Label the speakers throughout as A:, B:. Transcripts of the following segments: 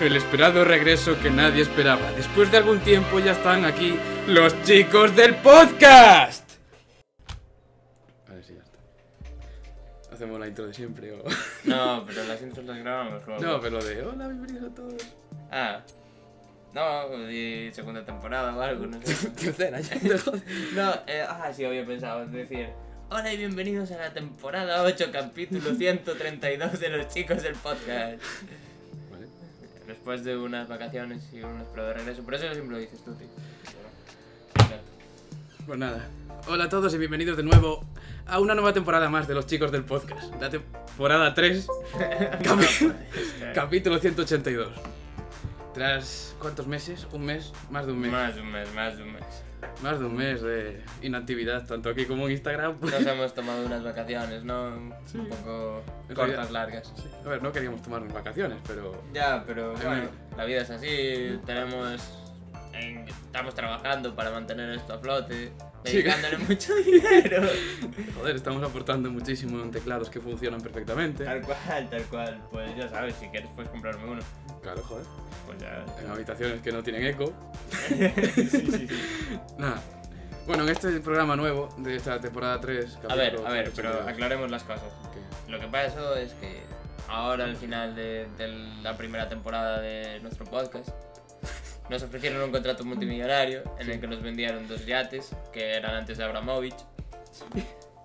A: El esperado regreso que nadie esperaba. Después de algún tiempo ya están aquí los chicos del podcast. A ver si ya está. Hacemos la intro de siempre o...
B: No, pero las intros las grabamos luego.
A: No, pero lo de hola, bienvenidos a todos.
B: Ah. No, de segunda temporada o algo, no sé.
A: Tercera, ya te jodes.
B: No, eh, ah, sí, había pensado es decir. Hola y bienvenidos a la temporada 8, capítulo 132 de Los Chicos del Podcast.
A: Vale.
B: Después de unas vacaciones y unos pro de regreso. Por eso siempre lo dices tú, tío.
A: Pues nada. Hola a todos y bienvenidos de nuevo a una nueva temporada más de los chicos del podcast. La temporada 3, capítulo 182. Tras cuántos meses? Un mes, más de un mes.
B: Más de un mes, más de un mes.
A: Más de un mes de inactividad, tanto aquí como en Instagram. pues,
B: Nos hemos tomado unas vacaciones, ¿no? Un poco
A: En realidad-
B: cortas, largas.
A: Sí, A ver, no queríamos tomarnos vacaciones, pero
B: Ya, pero
A: Ay,
B: bueno,
A: bueno.
B: la vida es así, tenemos... en- estamos trabajando para mantener esto a flote,
A: Sí.
B: dedicándole mucho dinero.
A: joder, estamos aportando muchísimo en teclados que funcionan perfectamente.
B: Tal cual, tal cual. Pues ya sabes, si quieres puedes comprarme uno.
A: Claro, joder.
B: Pues ya...
A: En habitaciones que no tienen eco.
B: sí, sí, sí.
A: Nada. Bueno, en este programa nuevo de esta temporada 3,
B: A ver,
A: capítulo
B: a ver, pero
A: 182.
B: aclaremos las cosas.
A: Ok.
B: Lo que pasó es que ahora al final de, de la primera temporada de nuestro podcast nos ofrecieron un contrato multimillonario en el que nos vendieron dos yates que eran antes de Abramovich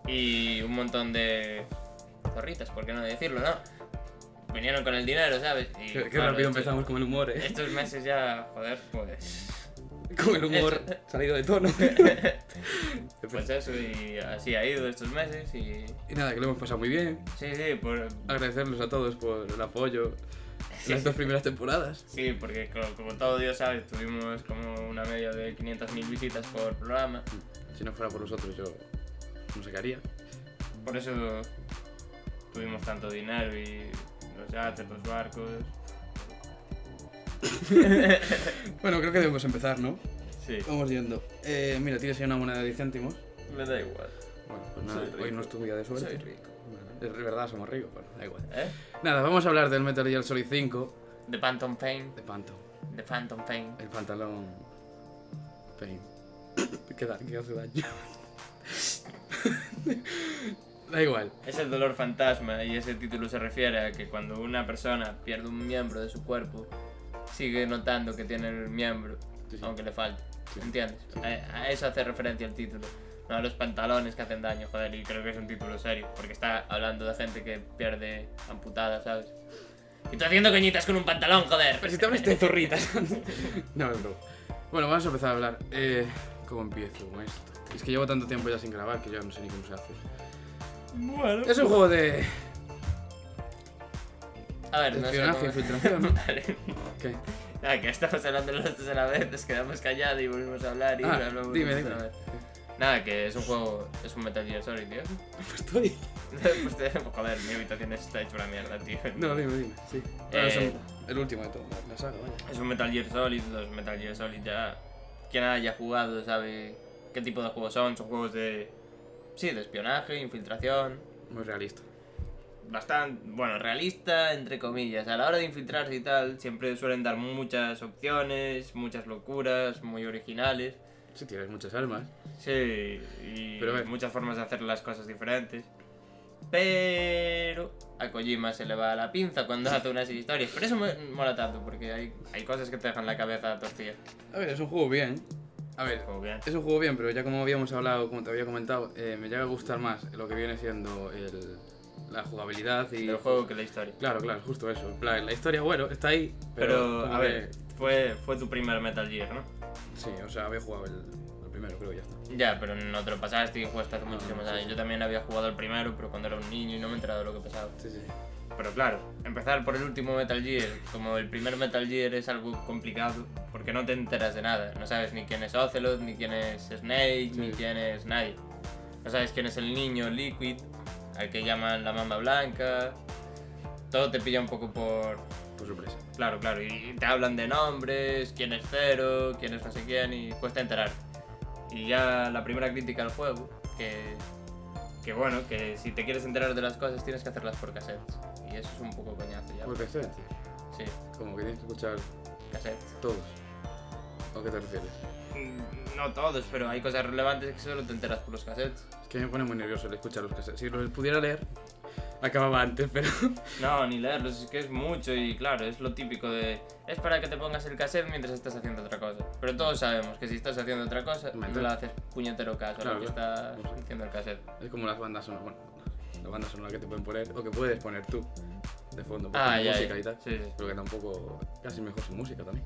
B: y un montón de zorritas, ¿por qué no decirlo, no? Vinieron con el dinero, ¿sabes? Y,
A: Qué, qué
B: claro,
A: rápido
B: estos-
A: empezamos con el humor, eh.
B: Estos meses ya, joder, pues...
A: Con el humor salido de tono.
B: Pues eso, y así ha ido estos meses y...
A: Y nada, que lo hemos pasado muy bien.
B: Sí, sí, por...
A: Agradecerles a todos por el apoyo en
B: Sí,
A: las
B: sí.
A: dos primeras temporadas.
B: Sí, porque co- como todo Dios sabe, tuvimos como una media de 500.000 visitas por programa.
A: Si no fuera por vosotros, yo no sé qué haría.
B: Por eso tuvimos tanto dinero y los yates, los barcos.
A: Bueno, creo que debemos empezar, ¿no?
B: Sí,
A: Vamos yendo. Eh, mira, tienes ahí una moneda de 10 céntimos.
B: me da igual.
A: Bueno, pues nada,
B: Soy rico.
A: hoy no es tu día de suerte.
B: Soy rico.
A: Bueno, es verdad, somos ricos, pero da igual.
B: ¿Eh?
A: Nada, vamos a hablar del Metal Gear Solid 5
B: The Phantom Pain,
A: de Panto.
B: The Phantom Pain.
A: El pantalón. Pain. que, da, que hace daño. da igual.
B: Es el dolor fantasma y ese título se refiere a que cuando una persona pierde un miembro de su cuerpo, sigue notando que tiene el miembro,
A: Sí, sí.
B: aunque le falte.
A: Sí.
B: ¿Entiendes?
A: Sí.
B: A, a eso hace referencia el título. No a los pantalones que hacen daño, joder, y creo que es un título serio, porque está hablando de gente que pierde amputada, ¿sabes? Y tú haciendo coñitas con un pantalón, joder.
A: Pero si te hablas de zorritas. no, no, no. Bueno, vamos a empezar a hablar. Eh, ¿Cómo empiezo con esto? Es que llevo tanto tiempo ya sin grabar que ya no sé ni cómo se hace.
B: Bueno.
A: Es un juego de
B: A ver, no sé.
A: espionaje,
B: cómo-
A: infiltración, ¿no?
B: Vale.
A: ¿Qué?
B: Ah, que estamos hablando los dos a la vez, nos quedamos callados y volvimos a hablar y
A: Ah,
B: hablamos
A: dime,
B: los dos
A: dime.
B: a la vez. Nada, que es un juego, es un Metal Gear Solid, tío.
A: Pues estoy.
B: pues, te- joder, mi habitación está hecha una mierda, tío.
A: No, dime, dime. Sí. Bueno, es un- el último de todo, la saga, vaya.
B: Es un Metal Gear Solid, los Metal Gear Solid ya. Quien haya jugado sabe qué tipo de juegos son. Son juegos de. Sí, de espionaje, infiltración.
A: Muy realista.
B: Bastante. Bueno, realista, entre comillas. A la hora de infiltrarse y tal, siempre suelen dar muchas opciones, muchas locuras, muy originales.
A: Sí, tienes muchas armas.
B: Sí, y
A: Pero a ver.
B: muchas formas de hacer las cosas diferentes. Pero a Kojima se le va la pinza cuando hace unas historias. Pero eso me mola tanto, porque hay, hay cosas que te dejan la cabeza torcida.
A: A ver, es un juego bien. A ver,
B: Como que-
A: es un juego bien, pero ya como habíamos hablado, como te había comentado, eh, me llega a gustar más lo que viene siendo el- la jugabilidad y...
B: del juego que la historia.
A: Claro, claro, justo eso. En plan, la historia, bueno, está ahí, pero...
B: Pero,
A: como
B: a ver,
A: que-
B: fue, fue tu primer Metal Gear, ¿no?
A: Sí, o sea, había jugado el, el primero, creo, y ya está.
B: Ya, pero no te lo pasaste y jugaste hace muchísimos
A: sí,
B: años.
A: sí.
B: Yo también había jugado el primero, pero cuando era un niño y no me he enterado de lo que pasaba.
A: Sí, sí.
B: Pero claro, empezar por el último Metal Gear, como el primer Metal Gear es algo complicado, porque no te enteras de nada. No sabes ni quién es Ocelot, ni quién es Snake, ni
A: Sí.
B: quién es nadie. No sabes quién es el niño Liquid, al que llaman la mamba blanca. Todo te pilla un poco por...
A: Por sorpresa.
B: Claro, claro, y te hablan de nombres, quién es Cero, quién es no sé quién, y cuesta enterar. Y ya la primera crítica al juego, que, que bueno, que si te quieres enterar de las cosas tienes que hacerlas por cassettes. Y eso es un poco coñazo ya.
A: Muy presente.
B: Sí,
A: Como que tienes que escuchar
B: cassette.
A: todos. ¿A qué te refieres?
B: Mm, No todos, pero hay cosas relevantes que solo te enteras por los cassettes.
A: Es que me pone muy nervioso el escuchar los cassettes. Si los pudiera leer, acababa antes, pero.
B: No, ni leerlos, es que es mucho y claro, es lo típico de... Es para que te pongas el cassette mientras estás haciendo otra cosa. Pero todos sabemos que si estás haciendo otra cosa,
A: Mental.
B: no le haces puñetero caso a
A: Claro,
B: lo que
A: claro.
B: estás haciendo el cassette.
A: Es como las bandas sonoras. Bueno, las bandas sonoras que te pueden poner o que puedes poner tú de fondo. porque
B: Ah,
A: es
B: ya,
A: música
B: ya.
A: y tal.
B: Sí, sí.
A: Pero que tampoco. Casi mejor su música también.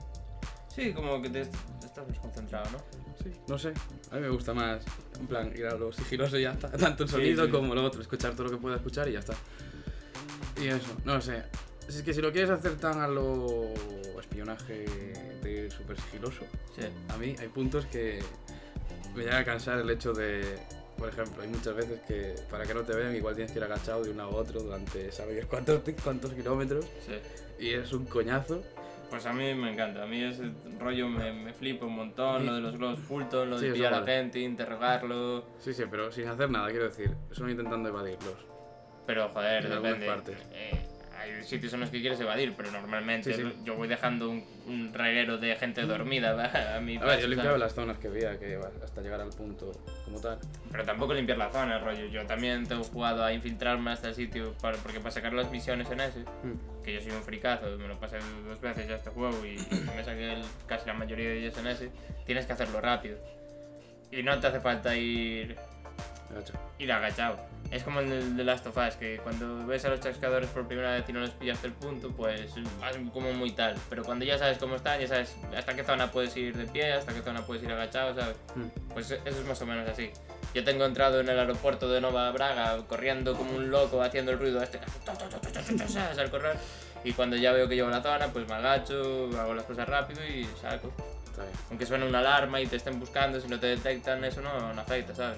B: Sí, como que te te estás más concentrado, ¿no?
A: Sí. No sé. A mí me gusta más. En plan, ir a lo sigiloso y ya está. Tanto el sonido
B: sí.
A: como lo otro. Escuchar todo lo que pueda escuchar y ya está. Y eso, no sé. Es que si lo quieres hacer tan a lo espionaje de ir súper sigiloso,
B: Sí.
A: A mí hay puntos que me llega a cansar el hecho de, por ejemplo, hay muchas veces que para que no te vean igual tienes que ir agachado de un lado a otro durante sabes cuántos, cuántos kilómetros
B: Sí.
A: y es un coñazo.
B: Pues a mí me encanta, a mí ese rollo me, me flipa un montón, lo de los globos ocultos, lo
A: Sí,
B: de
A: eso
B: pillar a
A: vale.
B: gente, interrogarlo.
A: Sí, sí, pero sin hacer nada, quiero decir, solo intentando evadirlos.
B: Pero joder,
A: En algunas
B: depende.
A: partes.
B: Eh, hay sitios en los que quieres evadir, pero normalmente
A: Sí, sí.
B: yo voy dejando un, un reguero de gente dormida ¿va? a mi
A: A ver,
B: paso,
A: yo limpiaba
B: ¿sabes?
A: las zonas que veía que iba hasta llegar al punto como tal.
B: Pero tampoco limpiar la zona, rollo. Yo también tengo jugado a infiltrarme hasta el sitio, para, porque para sacar las misiones en ese, que yo soy un fricazo, me lo pasé dos veces ya este juego y me saqué el- casi la mayoría de ellos en ese, tienes que hacerlo rápido. Y no te hace falta ir
A: Agacha.
B: ir agachado. Es como en el de Last of Us, que cuando ves a los chascadores por primera vez y no les pillaste el punto, pues vas como muy tal. Pero cuando ya sabes cómo están, ya sabes hasta qué zona puedes ir de pie, hasta qué zona puedes ir agachado, ¿sabes?
A: Mm.
B: Pues eso es más o menos así. Yo te he encontrado en el aeropuerto de Nova Braga, corriendo como un loco, haciendo el ruido este, ¿sabes? Al correr. Y cuando ya veo que llevo la zona, pues me agacho, hago las cosas rápido y saco.
A: Está bien.
B: Aunque suene una alarma y te estén buscando, si no te detectan, eso no, no afecta, ¿sabes?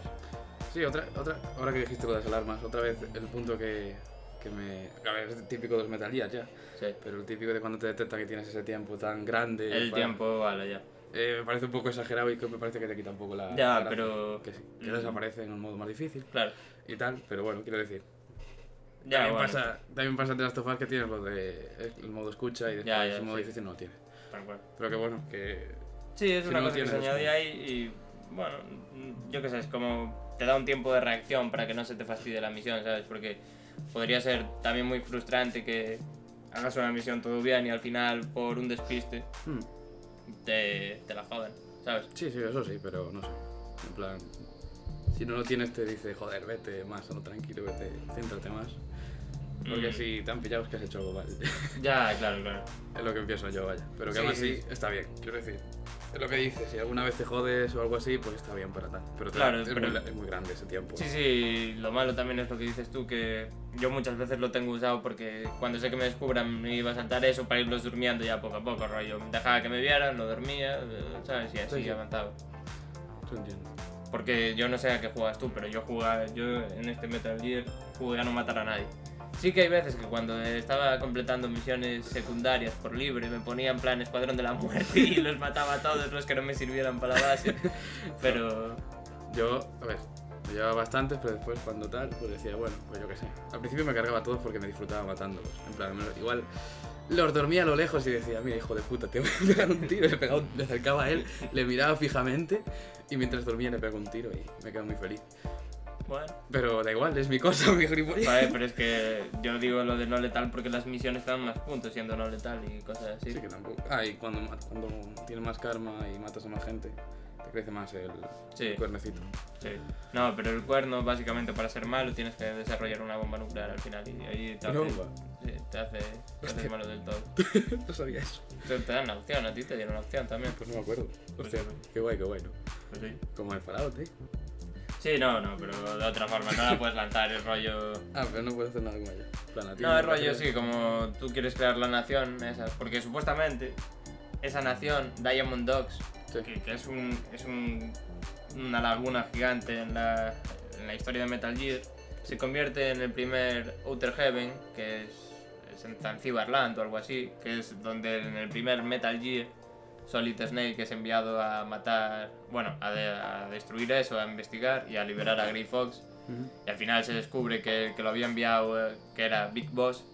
A: Sí, otra, otra, ahora que dijiste lo de las alarmas, otra vez el punto que, que me... A ver, es típico de los metalías ya,
B: Sí.
A: pero el típico de cuando te detecta que tienes ese tiempo tan grande...
B: El
A: para-
B: tiempo, vale, ya.
A: Eh, me parece un poco exagerado y que me parece que te quita un poco la. la
B: Ya,
A: gracia.
B: pero. mm.
A: Que, sí, que desaparece en un modo más difícil
B: Claro.
A: y tal, pero bueno, quiero decir.
B: Ya,
A: también,
B: bueno,
A: pasa, también pasa en las tofas que tienes lo de eh, el modo escucha y después
B: Ya, ya,
A: el modo
B: sí.
A: difícil no lo tienes.
B: tal cual.
A: Pero que bueno, que.
B: Sí, es
A: Si
B: una
A: no lo
B: cosa que se
A: tienes,
B: añadía
A: ¿no?
B: ahí y. Bueno, mm, yo qué sé, es como. Te da un tiempo de reacción para que no se te fastidie la misión, ¿sabes? Porque podría ser también muy frustrante que hagas una misión todo bien y al final, por un despiste,
A: hmm,
B: te, te la jodan, ¿sabes?
A: sí, sí, eso sí, pero no sé. En plan. Si no lo tienes, te dice, joder, vete más, no tranquilo, vete, céntrate más. Porque
B: Mm.
A: si te han pillado es que has hecho algo mal. es
B: Ya, claro, claro.
A: lo que pienso yo, vaya. Pero que
B: Sí,
A: aún así
B: sí.
A: está bien, quiero decir. Es lo que dices, si alguna vez te jodes o algo así, pues está bien para tal. Pero
B: Claro,
A: claro, es,
B: pero-
A: muy, la- es muy grande ese tiempo.
B: Sí, sí, lo malo también es lo que dices tú, que yo muchas veces lo tengo usado porque cuando sé que me descubran me iba a saltar eso para irlos durmiendo ya poco a poco, rollo. Dejaba que me vieran, lo dormía, eh, ¿sabes? Y así
A: Sí, sí.
B: avanzaba.
A: Te entiendo.
B: Porque yo no sé a qué juegas tú, pero yo jugaba, yo en este Metal Gear jugué a no matar a nadie. Sí que hay veces que cuando estaba completando misiones secundarias por libre me ponía en plan escuadrón de la muerte y los mataba a todos los que no me sirvieran para la base. Pero
A: Yo, a ver, me llevaba bastantes, pero después cuando tal, pues decía, bueno, pues yo qué sé. Al principio me cargaba a todos porque me disfrutaba matándolos. En plan, me lo- igual los dormía a lo lejos y decía, mira, hijo de puta, te voy a pegar un tiro. Y le pegaba un- me acercaba a él, le miraba fijamente y mientras dormía le pegaba un tiro y me quedaba muy feliz.
B: bueno.
A: Pero da igual, es mi cosa, mi gilipollas.
B: Joder, pero es que yo digo lo de no letal porque las misiones te dan más puntos siendo no letal y cosas así.
A: Sí, que tampoco. Ah, y cuando, mat- cuando tienes más karma y matas a más gente, te crece más el,
B: Sí.
A: el cuernecito.
B: Sí. No, pero el cuerno, básicamente, para ser malo tienes que desarrollar una bomba nuclear al final y ahí te hace,
A: ¿Una bomba?
B: sí, te hace, te hace
A: Hostia.
B: malo del todo.
A: no sabía eso.
B: Te, te dan una opción, a ti te dieron una opción también.
A: Pues no me acuerdo. Hostia, qué guay, qué guay, ¿no?
B: ¿Ah, sí.
A: Como el Fallout, tío.
B: no, no, pero de otra forma, no la puedes lanzar, es rollo.
A: Ah, pero no puedo hacer nada con ella.
B: No, es rollo, sí, como tú quieres crear la nación, esa, porque supuestamente esa nación, Diamond Dogs,
A: Sí.
B: que, que es, un, es un- una laguna gigante en la, en la historia de Metal Gear, se convierte en el primer Outer Heaven, que es, es en Zanzibar Land o algo así, que es donde en el primer Metal Gear Solid Snake es enviado a matar, bueno, a, de- a destruir eso, a investigar y a liberar a Grey Fox. Y al final se descubre que el que lo había enviado, eh, que era Big Boss,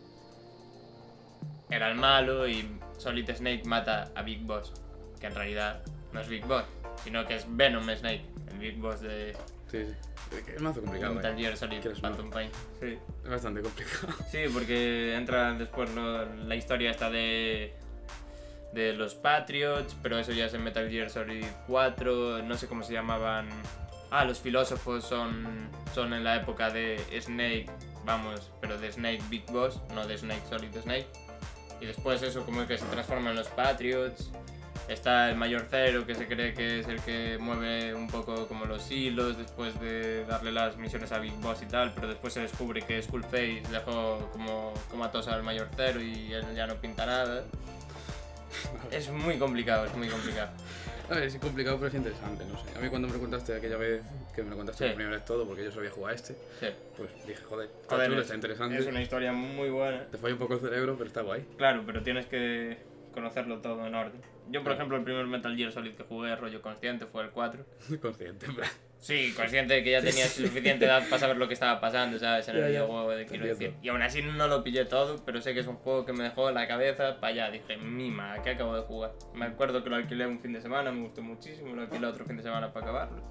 B: era el malo y Solid Snake mata a Big Boss, que en realidad no es Big Boss, sino que es Venom Snake, el Big Boss de
A: Sí, sí. Es que Es mazo complicado.
B: Metal
A: eh.
B: Gear Solid
A: Que eres
B: Phantom Pain. Sí.
A: Es bastante complicado.
B: Sí, porque entra después lo- la historia esta de, de los Patriots, pero eso ya es en Metal Gear Solid 4, no sé cómo se llamaban. Ah, los filósofos son, son en la época de Snake, vamos, pero de Snake Big Boss, no de Snake Solid Snake. Y después eso como que se transforma en los Patriots. Está el Mayor Cero, que se cree que es el que mueve un poco como los hilos después de darle las misiones a Big Boss y tal, pero después se descubre que Skullface dejó como, como a todos al Mayor Cero y él ya no pinta nada. Es muy complicado, es muy complicado.
A: A ver, es complicado, pero es interesante, no sé. A mí cuando me lo contaste aquella vez, que me lo contaste
B: Sí.
A: por primera vez todo, porque yo sabía jugar a este,
B: Sí.
A: pues dije, joder, está
B: Joder,
A: chulo,
B: es-
A: está interesante.
B: Es una historia muy buena.
A: Te falla un poco el cerebro, pero está guay.
B: Claro, pero tienes que conocerlo todo en orden. Yo, por
A: Claro.
B: ejemplo, el primer Metal Gear Solid que jugué, rollo consciente, fue el 4.
A: Consciente, en plan.
B: Sí, consciente de que ya tenía suficiente edad para saber lo que estaba pasando, ¿sabes? En el
A: Ya, ya.
B: videojuego, de-
A: Te
B: quiero
A: entiendo.
B: decir. Y aún así no lo pillé todo, pero sé que es un juego que me dejó la cabeza para allá. Dije, mima, ¿a ¿qué acabo de jugar? Me acuerdo que lo alquilé un fin de semana, me gustó muchísimo, lo alquilé otro fin de semana para acabarlo.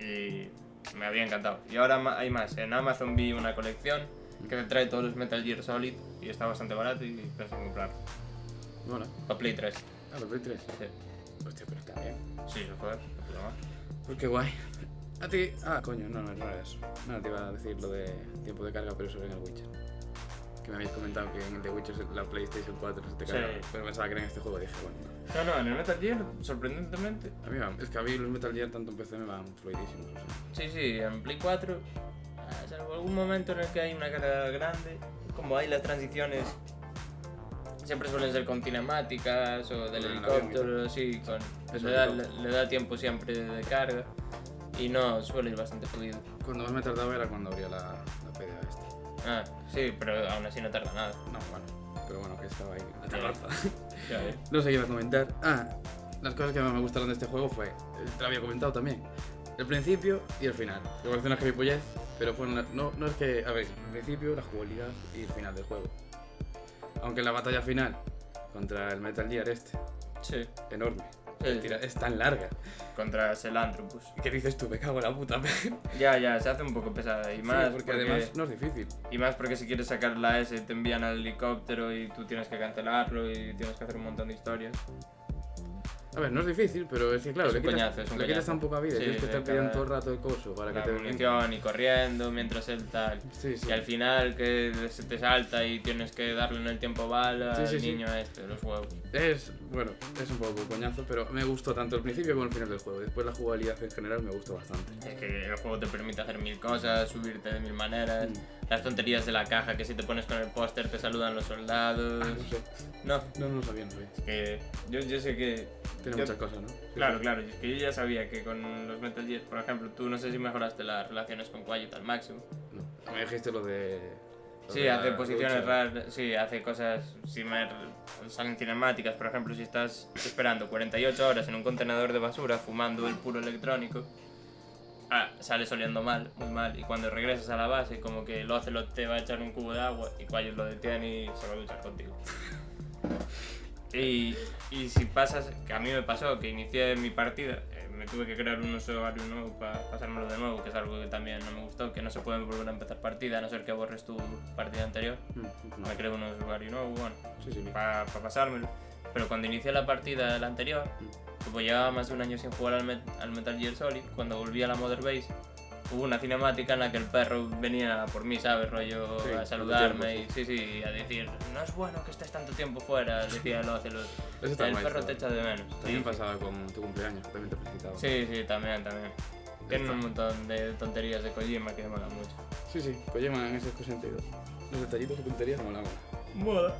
B: Y me había encantado. Y ahora ma- hay más. En Amazon vi una colección que te trae todos los Metal Gear Solid y está bastante barato y pienso en comprarlo.
A: Mola.
B: Para Play 3.
A: Ah, lo Play 3.
B: Sí,
A: Hostia, pero está bien.
B: sí, joder, no puedo más.
A: Pues qué guay. A ti. Ah, coño, no, no, no era eso. No, te iba a decir lo de tiempo de carga, pero eso era en el Witcher. Que me habéis comentado que en The Witcher la PlayStation 4 se te
B: Sí.
A: carga. Pero pensaba que era en este juego, dije, bueno. no.
B: No, no, en el Metal Gear, sorprendentemente,
A: A mí va- es que a mí los Metal Gear tanto en PC me van fluidísimos. o sea.
B: Sí, sí, en Play 4, ah, salvo algún momento en el que hay una carga grande, como hay las transiciones, siempre suelen ser con cinemáticas o del
A: Con el
B: helicóptero, sí, con,
A: Es
B: le, da,
A: helicóptero.
B: le da tiempo siempre de carga y no, suele ir bastante fluido.
A: Cuando más me tardaba era cuando abría la, la PDA esta.
B: Ah, sí, pero aún así no tarda nada.
A: No, bueno. Pero bueno, que estaba ahí. La
B: Ya.
A: terraza.
B: Ya, ¿eh?
A: No sé qué iba a comentar. Ah, las cosas que más me gustaron de este juego fue. eh, Te lo había comentado también. El principio y el final. Que parece una gilipollez, pero fueron. la- No, no es que. A ver, el principio, la jugabilidad y el final del juego. Aunque la batalla final contra el Metal Gear este,
B: Sí, sí,
A: enorme.
B: sí.
A: Tira- es tan larga.
B: contra Selanthropus.
A: ¿Qué dices tú? Me cago en la puta.
B: Ya, ya, se hace un poco pesada y más
A: Sí, porque además no es difícil.
B: Y más porque si quieres sacar la S te envían al helicóptero y tú tienes que cancelarlo y tienes que hacer un montón de historias.
A: A ver, no es difícil, pero es que claro,
B: Es
A: le
B: un
A: quitas,
B: coñazo, es un
A: le quitas
B: coñazo.
A: tan poca vida.
B: Sí,
A: tienes que
B: de
A: estar pidiendo
B: cada-
A: todo el rato el coso para
B: La
A: que te
B: munición y corriendo mientras él tal.
A: Sí, sí.
B: Y al final que se te salta y tienes que darle en el tiempo bala
A: Sí, sí,
B: al
A: sí.
B: niño este, los huevos.
A: Es, bueno, es un poco coñazo, pero me gustó tanto el principio como el final del juego. Después la jugabilidad en general me gustó bastante.
B: Es que el juego te permite hacer mil cosas, subirte de mil maneras.
A: Mm.
B: Las tonterías de la caja, que si te pones con el póster te saludan los soldados.
A: No sé,
B: No,
A: no, no lo sabía, no sabía.
B: es que yo, yo sé que...
A: Tiene
B: yo-
A: muchas cosas, ¿no?
B: Claro, claro, y es que yo ya sabía que con los Metal Gear, por ejemplo, tú no sé si mejoraste las relaciones con Quiet al máximo.
A: No, Ah, me dijiste lo de... lo de
B: Sí,
A: la
B: hace posiciones
A: lucha.
B: raras, sí, hace cosas, si me salen cinemáticas, por ejemplo, si estás esperando 48 horas en un contenedor de basura fumando el puro electrónico, ah, sales oliendo mal, muy mal, y cuando regresas a la base, como que el Ocelot te va a echar un cubo de agua, y Quayos lo detiene y se va a luchar contigo. Y, y si pasas, que a mí me pasó, que inicié mi partida, eh, me tuve que crear un usuario nuevo para pasármelo de nuevo, que es algo que también no me gustó, que no se puede volver a empezar partida, a no ser que borres tu partida anterior.
A: Mm,
B: Me
A: no.
B: creo un usuario nuevo, bueno,
A: Sí, sí,
B: para pasármelo. Pero cuando inicié la partida de la anterior,
A: Mm.
B: como llevaba más de un año sin jugar al, Met- al Metal Gear Solid, cuando volví a la Mother Base, hubo una cinemática en la que el perro venía por mí, ¿sabes? Rollo
A: Sí,
B: a
A: a
B: saludarme y sí, sí, a decir, no es bueno que estés tanto tiempo fuera, decía el Ocelot.
A: Eso está
B: el
A: guay,
B: perro
A: está
B: te echa de menos.
A: También
B: Sí,
A: pasaba con tu cumpleaños, que también te felicitaba.
B: Sí, sí, también, también. Tienen un montón de tonterías de Kojima que molan mucho.
A: sí, sí. Kojima en ese sentido. Los detallitos y tonterías molaban.
B: Mola.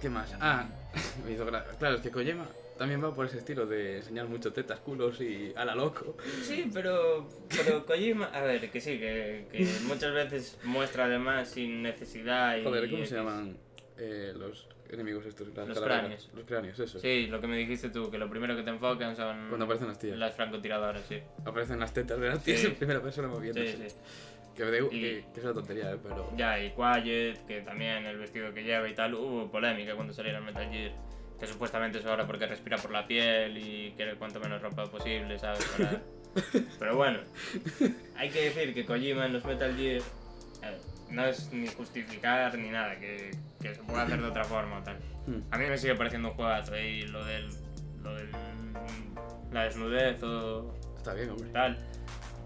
A: ¿Qué más? Ah, me hizo gra- Claro, es que Kojima también va por ese estilo de enseñar mucho tetas, culos y a la loco.
B: Sí, pero, pero Kojima, a ver, que sí, que, que muchas veces muestra además sin necesidad y...
A: Joder, ¿cómo se llaman eh, los enemigos estos? Las
B: Los
A: calaveras.
B: cráneos.
A: Los cráneos, eso.
B: Sí, lo que me dijiste tú, que lo primero que te enfocan son
A: Cuando aparecen las tías.
B: las francotiradoras, sí.
A: Aparecen las tetas de las tías
B: Sí.
A: en primera persona
B: Sí,
A: moviéndose.
B: sí.
A: Que, me digo-
B: Y-
A: que- que es una tontería, eh, pero.
B: Ya, y Quiet, que también el vestido que lleva y tal, hubo polémica cuando salieron Metal Gear. Que supuestamente eso ahora porque respira por la piel y quiere cuanto menos ropa posible, ¿sabes? Para- Pero bueno, hay que decir que Kojima en los Metal Gear eh, no es ni justificar ni nada, que, que se puede hacer de otra forma o tal.
A: Hmm.
B: A mí me sigue pareciendo un juegazo y lo del. lo del. la desnudez o
A: Está bien, hombre.
B: tal.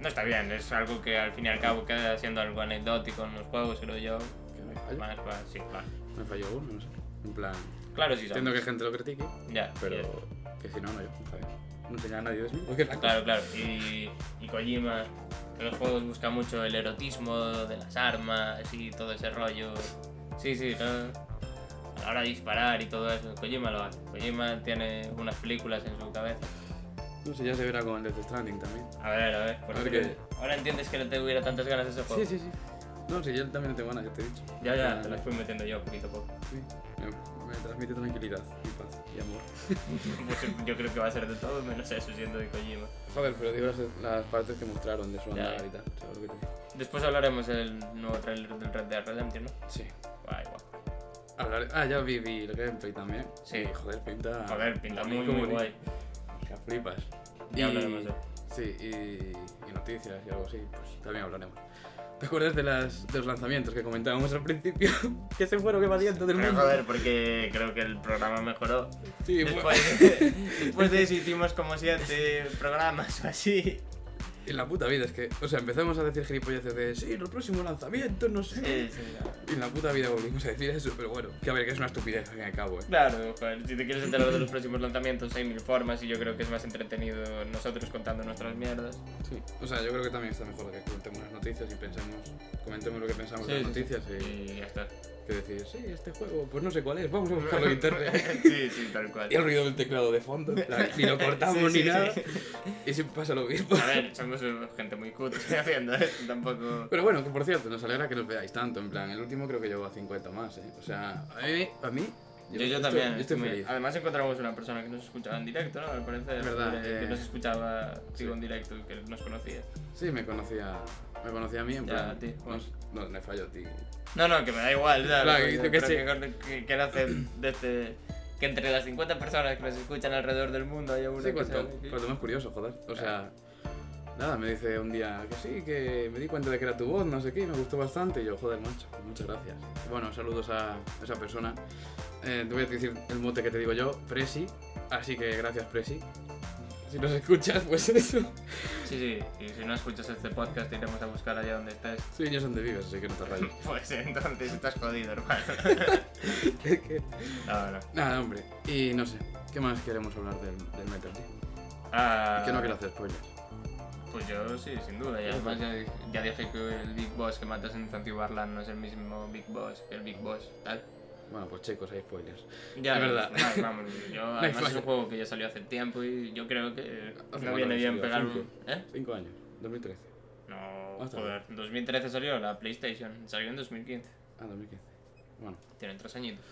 B: No está bien, es algo que al fin y al cabo queda siendo algo anecdótico en los juegos, creo yo.
A: Que no hay fallo.
B: Más, más, sí, claro.
A: Me falló uno, no sé. En plan.
B: Claro, sí,
A: Entiendo que
B: sabes.
A: gente lo critique,
B: Ya,
A: pero.
B: ya.
A: Que si no, no, yo. Está bien. No tenía a nadie de mí. Porque es la cosa.
B: Claro, claro. Y, y Kojima en los juegos busca mucho el erotismo de las armas y todo ese rollo. Sí, sí, ¿no? a la hora de disparar y todo eso. Kojima lo hace. Kojima tiene unas películas en su cabeza.
A: No sé, ya se verá con el Death Stranding también.
B: A ver, a ver. por
A: A ver
B: qué- Ahora entiendes que no te hubiera tantas ganas de ese juego.
A: Sí, sí, sí. No, sí, yo también tengo ganas, ya te he dicho.
B: Ya, ya,
A: Ah,
B: te las fui metiendo yo poquito a poco.
A: Sí. Me, me transmite tranquilidad y paz y amor.
B: Pues yo creo que va a ser de todo menos eso siendo de Kojima.
A: Joder, pero digo las, las partes que mostraron de su
B: Ya.
A: andar y tal. ¿sabes lo que te digo?
B: Después hablaremos del nuevo trailer del Red Dead Redemption, ¿no?
A: Sí.
B: Guay, guay.
A: Hablar- Ah, ya vi, vi el gameplay también.
B: Sí.
A: Y, joder, pinta.
B: Joder, pinta muy,
A: como
B: muy
A: ni-
B: guay. ¿eh?
A: Que flipas.
B: Ya hablaremos de él.
A: Sí, y, y noticias y algo así, pues también hablaremos. ¿Te acuerdas de, las, de los lanzamientos que comentábamos al principio? que se fueron evadiendo del
B: Pero
A: mundo.
B: joder, porque creo que el programa mejoró.
A: Sí, fue-
B: Después, después de eso hicimos como siete programas o así.
A: En la puta vida, es que, o sea, empezamos a decir gilipolleces de, sí, los próximos lanzamientos, no sé.
B: Sí, sí, claro.
A: Y en la puta vida volvimos a decir eso, pero bueno, que a ver, que es una estupidez al fin y al cabo, eh.
B: Claro, joder, si te quieres enterar de los próximos lanzamientos hay mil formas y yo creo que es más entretenido nosotros contando nuestras mierdas.
A: Sí. O sea, yo creo que también está mejor que comentemos las noticias y pensemos, comentemos lo que pensamos
B: Sí,
A: de las
B: sí,
A: noticias y
B: Y ya está.
A: que decir, sí, este juego, pues no sé cuál es, vamos a buscarlo en internet.
B: Sí, sí, tal cual.
A: Y el ruido del teclado de fondo, en plan, ni lo cortamos
B: Sí, sí,
A: ni nada.
B: sí.
A: Y siempre pasa lo mismo.
B: A ver, somos gente muy cutre haciendo esto, tampoco...
A: Pero bueno, que por cierto, nos alegra que nos veáis tanto. En plan, el último creo que llegó a 50 más, ¿eh? O sea, a mí. A mí
B: Yo, yo
A: estoy-
B: también.
A: Yo estoy
B: estoy-
A: feliz.
B: Además encontramos una persona que nos escuchaba en directo, ¿no? Al parecer.
A: Es verdad,
B: Que, que
A: eh,
B: nos escuchaba
A: sí.
B: digo, en directo y que nos conocía.
A: Sí, me conocía. Me conocía a mí, en
B: Ya,
A: plan.
B: a ti, pues.
A: no,
B: bueno.
A: no, me fallo a ti.
B: No, no, que me da igual, ¿sabes?
A: Claro,
B: Porque
A: yo que
B: creo que, que, que nace desde- este, que entre las 50 personas que nos escuchan alrededor del mundo haya una
A: Sí, pues,
B: que sea
A: cuanto,
B: de aquí.
A: cuanto más curioso, joder. O sea. Nada, me dice un día que sí, que me di cuenta de que era tu voz, no sé qué, y me gustó bastante. Y yo, joder, macho, pues muchas gracias. Bueno, saludos a esa persona. Eh, te voy a decir el mote que te digo yo, Presi. Así que gracias, Presi. Si nos escuchas, pues eso.
B: Sí, sí, y si no escuchas este podcast te iremos a buscar allá donde estés.
A: Sí, yo sé dónde vives, así que no te rayes.
B: Pues entonces estás jodido, hermano.
A: Es que-
B: No, no.
A: Nada, hombre. Y no sé, ¿qué más queremos hablar del, del Metal Gear?
B: Ah,
A: Que no quiero hacer spoilers.
B: Pues yo sí, sin duda. Y además ya, di- ya dije que el Big Boss que matas en Zanzibarland no es el mismo Big Boss que el Big Boss, tal.
A: Bueno, pues chicos, hay spoilers.
B: Ya,
A: Es
B: no,
A: verdad.
B: no, vamos, yo,
A: hay
B: además es
A: fallo.
B: un juego que ya salió hace tiempo y yo creo que
A: Hace
B: no
A: cuánto
B: viene
A: que
B: bien
A: salió,
B: pegar un...
A: cinco.
B: ¿Eh?
A: 5 años, 2013.
B: No,
A: Hasta
B: joder, 2013 salió la PlayStation, salió en 2015,
A: Ah, 2015. Bueno,
B: tienen tres añitos,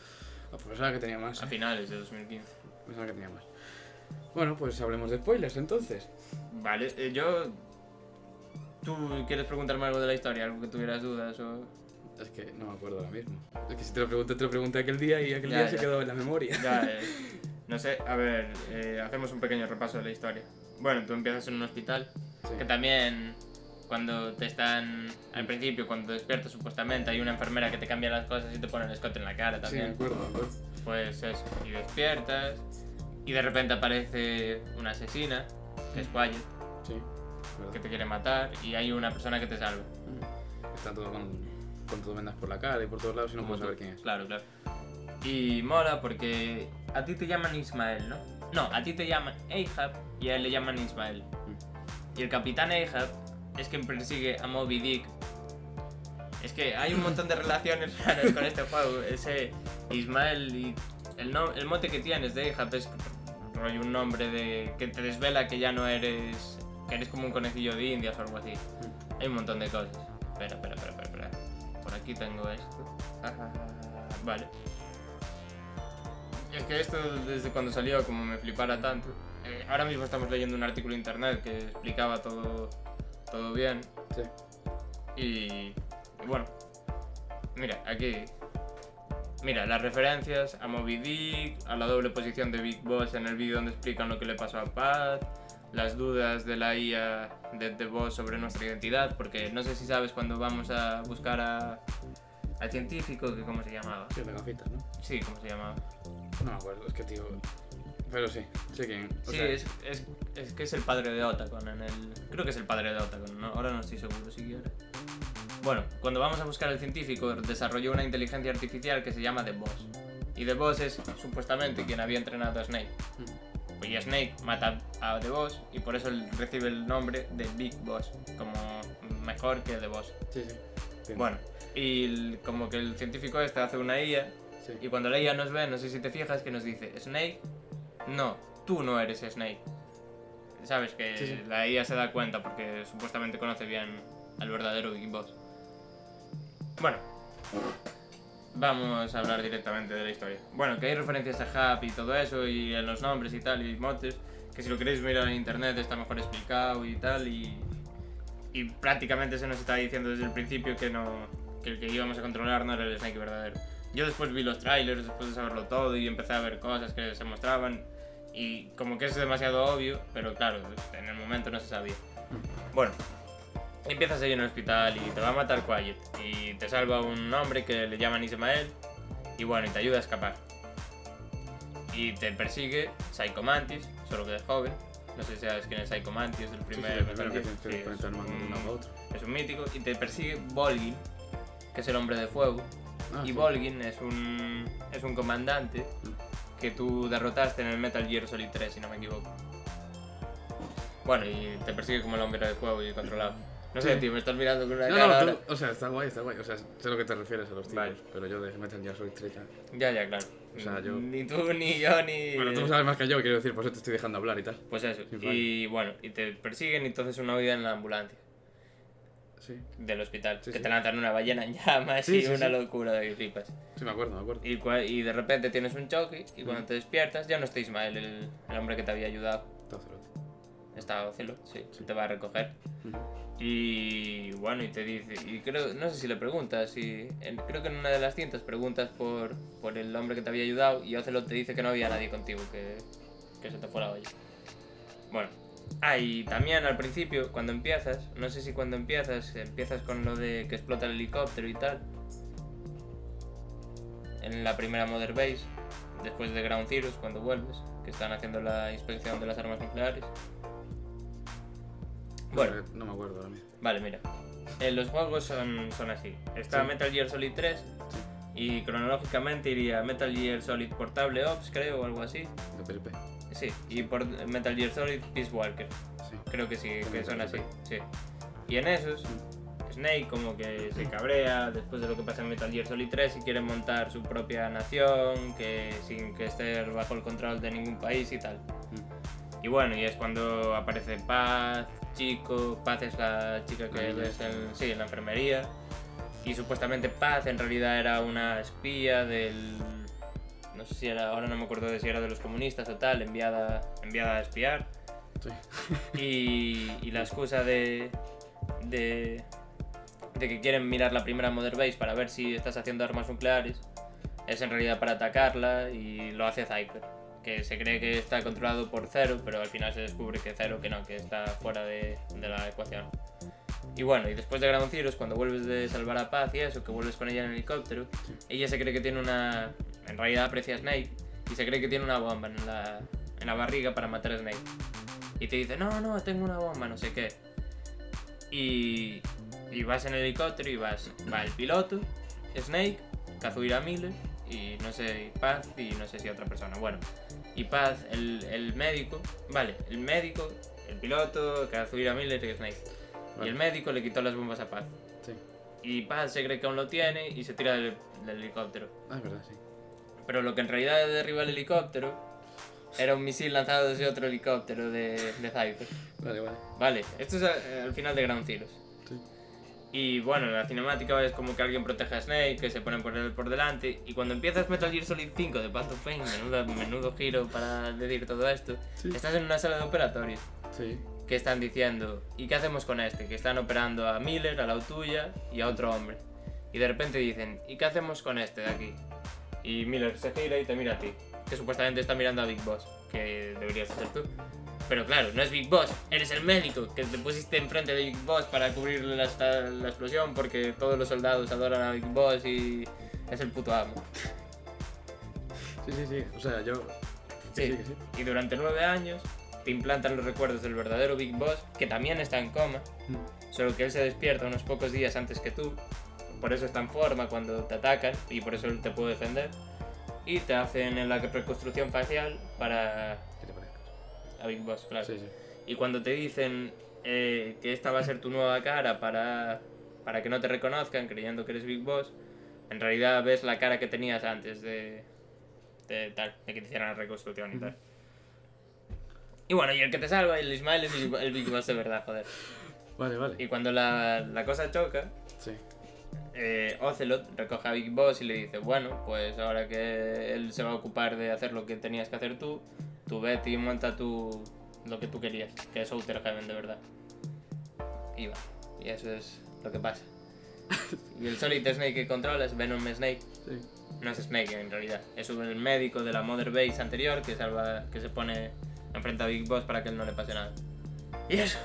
A: ah, pues pensaba que tenía más.
B: a
A: ¿eh?
B: finales de 2015.
A: Pensaba Pues que tenía más. Bueno, pues hablemos de spoilers entonces.
B: Vale, eh, yo... ¿Tú quieres preguntarme algo de la historia, algo que tuvieras dudas o...?
A: Es que no me acuerdo ahora mismo. Es que si te lo pregunté, te lo pregunté aquel día y aquel
B: Ya,
A: día se
B: ya.
A: quedó en la memoria.
B: Ya, eh, no sé, a ver, eh, hacemos un pequeño repaso de la historia. Bueno, tú empiezas en un hospital,
A: Sí.
B: que también cuando te están, al principio, cuando te despiertas supuestamente, hay una enfermera que te cambia las cosas y te pone el escote en la cara
A: Sí, me
B: también.
A: acuerdo, me acuerdo.
B: Pues eso, y despiertas, y de repente aparece una asesina, que es Quiet,
A: Sí,
B: que
A: verdad.
B: te quiere matar, y hay una persona que te salva.
A: Mm. Está todo con, con todo vendas por la cara y por todos lados y no puedo
B: Como
A: saber
B: tú.
A: quién es.
B: Claro, claro. Y mola porque a ti te llaman Ismael, ¿no? No, a ti te llaman Ahab y a él le llaman Ismael.
A: Mm.
B: Y el capitán Ahab es quien persigue a Moby Dick. Es que hay un montón de relaciones raras con este juego. Ese Ismael y el, no- el mote que tienes de Ahab es rollo un nombre de que te desvela que ya no eres que eres como un conejillo de indias o algo así. Hay un montón de cosas. Espera, espera, espera, espera. espera. Por aquí tengo esto. Ja, ja, ja, ja. Vale. Es que esto desde cuando salió como me flipara tanto. Eh, ahora mismo estamos leyendo un artículo en internet que explicaba todo, todo bien.
A: Sí.
B: Y Y, y bueno, mira, aquí. Mira, las referencias a Moby Dick, a la doble posición de Big Boss en el vídeo donde explican lo que le pasó a Pat, las dudas de la IA de The Boss sobre nuestra identidad, porque no sé si sabes cuando vamos a buscar a, al científico, que cómo se llamaba.
A: Sí, de gafitas, ¿no?
B: Sí, cómo se llamaba.
A: No me acuerdo, es que tío. Pero sí, sé quién. O
B: sí,
A: sea,
B: es, es- es que es el padre de Otacon en el... Creo que es el padre de Otacon, ¿no? ahora no estoy seguro siquiera. Bueno, cuando vamos a buscar al científico, desarrolló una inteligencia artificial que se llama The Boss. Y The Boss es supuestamente quien había entrenado a Snake. Y Snake mata a The Boss y por eso él recibe el nombre de Big Boss, como mejor que The Boss.
A: Sí, sí. Entiendo.
B: Bueno, y el- como que el científico este hace una IA
A: Sí.
B: y cuando la IA nos ve, no sé si te fijas, que nos dice, Snake, no, tú no eres Snake. Sabes que
A: Sí, sí.
B: la IA se da cuenta porque supuestamente conoce bien al verdadero Big Boss. Bueno, vamos a hablar directamente de la historia. Bueno, que hay referencias a Hub y todo eso, y en los nombres y tal, y motes, que si lo queréis mirar en internet está mejor explicado y tal, y, y prácticamente se nos está diciendo desde el principio que no que el que íbamos a controlar no era el Snake verdadero. Yo después vi los trailers, después de saberlo todo, y empecé a ver cosas que se mostraban, y como que es demasiado obvio, pero claro, en el momento no se sabía. Bueno, empiezas ahí en el hospital y te va a matar Quiet. Y te salva un hombre que le llaman Ismael. Y bueno, y te ayuda a escapar. Y te persigue Psycho Mantis, solo que de joven. No sé si sabes quién es Psycho Mantis, el
A: Sí, sí,
B: primer.
A: el primero que
B: Metal Gear.
A: tienes que
B: Sí, es
A: conectar mando de un lado a
B: un-
A: otro.
B: es un mítico. Y te persigue Volgin, que es el hombre de fuego.
A: Ah,
B: y
A: sí.
B: Volgin es un, es un comandante que tú derrotaste en el Metal Gear Solid 3, si no me equivoco. Bueno, y te persigue como el hombre de fuego y controlado. No sé,
A: Sí.
B: tío, me estás mirando con una
A: No,
B: cara
A: no,
B: ahora.
A: tú- o sea, está guay, está guay. O sea, sé lo que te refieres a los tipos,
B: Vale.
A: pero yo de Metal Gear Solid 3 ya.
B: Ya, ya, claro.
A: O sea, yo-
B: Ni tú, ni yo, ni...
A: Bueno, tú sabes más que yo, quiero decir, por eso te estoy dejando hablar y tal.
B: Pues eso.
A: Sí, vale.
B: Y bueno, y te persiguen y entonces una huida en la ambulancia
A: Sí,
B: del hospital.
A: Sí,
B: que
A: sí.
B: te lanzan una ballena en llamas
A: Sí,
B: y
A: sí,
B: una
A: sí.
B: locura de flipas.
A: sí, me acuerdo, me acuerdo.
B: Y, cua- y de repente tienes un choque y
A: Mm.
B: cuando te despiertas ya no está Ismael, el, el hombre que te había ayudado.
A: Todo cerote.
B: Está Ocelo, sí,
A: Sí.
B: te va a recoger.
A: Ujú.
B: Y bueno, y te dice, y creo, no sé si le preguntas, y en- creo que en una de las cintas preguntas por, por el hombre que te había ayudado y Ocelot te dice que no había nadie contigo, que, que se te fue la olla. Bueno, ah, y también al principio, cuando empiezas, no sé si cuando empiezas, empiezas con lo de que explota el helicóptero y tal, en la primera Mother Base, después de Ground Zeroes, cuando vuelves, que están haciendo la inspección de las armas nucleares. Bueno,
A: No, no me acuerdo ahora mismo.
B: Vale, mira. Eh, los juegos son, son así. Está
A: Sí.
B: Metal Gear Solid 3 y cronológicamente iría Metal Gear Solid Portable Ops, creo, o algo así.
A: De PSP.
B: Sí, y por Metal Gear Solid Peace Walker.
A: Sí.
B: Creo que sí, que
A: También
B: son así.
A: parece.
B: Sí. Y en esos, Snake como que se cabrea después de lo que pasa en Metal Gear Solid 3 y quiere montar su propia nación que, sin que esté bajo el control de ningún país y tal. Y bueno, y es cuando aparece Paz, Chico, Paz es la chica
A: La
B: que
A: niña
B: ves
A: esta.
B: en, sí, en la enfermería. Y supuestamente Paz en realidad era una espía del... No sé si era, ahora no me acuerdo de si era de los comunistas o tal, enviada, enviada a espiar.
A: Sí.
B: Y, y la excusa de, de, de que quieren mirar la primera Mother Base para ver si estás haciendo armas nucleares es en realidad para atacarla y lo hace Cypher, que se cree que está controlado por Zero, pero al final se descubre que Zero que no, que está fuera de, de la ecuación. Y bueno, y después de Ground Zeroes, cuando vuelves de salvar a Paz y eso, que vuelves con ella en helicóptero, ella se cree que tiene una... En realidad aprecia a Snake y se cree que tiene una bomba en la, en la barriga para matar a Snake. Y te dice, no, no, tengo una bomba, no sé qué. Y, y vas en helicóptero y vas, va el piloto, Snake, Kazuhira Miller y no sé, y Paz y no sé si otra persona. Bueno, y Paz, el, el médico, vale, el médico, el piloto, Kazuhira Miller y Snake. Y el
A: Vale.
B: médico le quitó las bombas a Paz.
A: Sí.
B: Y Paz se cree que aún lo tiene y se tira del, del helicóptero.
A: Ah, es verdad, sí.
B: Pero lo que en realidad derriba el helicóptero era un misil lanzado desde otro helicóptero de, de Cypher.
A: Vale, vale.
B: Vale, esto es a- al final de Ground Zeroes.
A: Sí.
B: Y bueno, en la cinemática es como que alguien protege a Snake, que se ponen por él por delante. Y cuando empiezas Metal Gear Solid 5 de Path of Pain, menudo, menudo giro para decir todo esto,
A: Sí.
B: estás en una sala de operatorio.
A: Sí.
B: que están diciendo, ¿y qué hacemos con este? Que están operando a Miller, a la Utuya y a otro hombre. Y de repente dicen, ¿y qué hacemos con este de aquí? Y Miller se gira y te mira a ti, que supuestamente está mirando a Big Boss, que deberías ser tú. Pero claro, no es Big Boss, eres el médico, que te pusiste enfrente de Big Boss para cubrir la, esta- la explosión porque todos los soldados adoran a Big Boss y es el puto amo.
A: Sí, sí, sí. O sea, yo. que
B: Sí.
A: sí, que sí.
B: Y durante nueve años te implantan los recuerdos del verdadero Big Boss, que también está en coma,
A: Mm.
B: solo que él se despierta unos pocos días antes que tú. Por eso está en forma cuando te atacan y por eso él te puede defender. Y te hacen la reconstrucción facial para
A: ¿Qué te parece?
B: a Big Boss, claro.
A: Sí, sí.
B: Y cuando te dicen eh, que esta va a ser tu nueva cara para, para que no te reconozcan creyendo que eres Big Boss, en realidad ves la cara que tenías antes de, de tal, de que te hicieran la reconstrucción y tal. Y bueno, y el que te salva, el Ismael, es el el Big Boss de verdad, joder.
A: Vale, vale.
B: Y cuando la, la cosa choca,
A: Sí.
B: eh, Ocelot recoge a Big Boss y le dice, bueno, pues ahora que él se va a ocupar de hacer lo que tenías que hacer tú, tú vete y monta tú lo que tú querías, que es Outer Heaven de verdad. Y va, y eso es lo que pasa. Y el Solid Snake que controla es Venom Snake,
A: Sí.
B: no es Snake en realidad, es el médico de la Mother Base anterior que, salva, que se pone enfrente a Big Boss para que él no le pase nada. Y eso,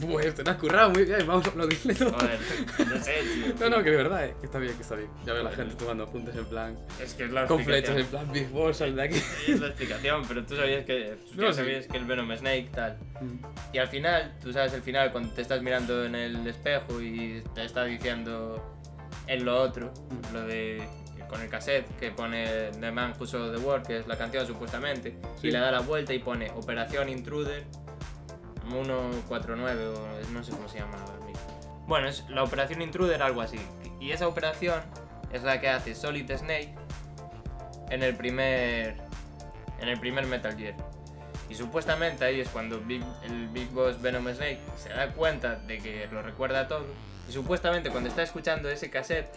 A: Pues te lo has currado muy bien. Vamos a aplaudirle todo.
B: joder, no sé, tío.
A: No, no, que de verdad, eh, que está bien, que está bien. Ya veo a la gente tomando apuntes en plan.
B: Es que es la
A: Con flechas,
B: explicación.
A: en plan, Big Boss, sal de aquí.
B: Sí, es la explicación, pero tú sabías que, tú
A: No,
B: ya
A: sí.
B: sabías que el Venom Snake tal.
A: Mm.
B: Y al final, tú sabes el final cuando te estás mirando en el espejo y te está diciendo en lo otro, lo de con el cassette que pone The Man Who Saw the World, que es la canción supuestamente,
A: Sí.
B: y le da la vuelta y pone Operación Intruder 149 o no sé cómo se llama ahora mismo. Bueno, es la Operación Intruder algo así. Y esa operación es la que hace Solid Snake en el primer en el primer Metal Gear. Y supuestamente ahí es cuando Big- el Big Boss Venom Snake se da cuenta de que lo recuerda todo. Y supuestamente cuando está escuchando ese cassette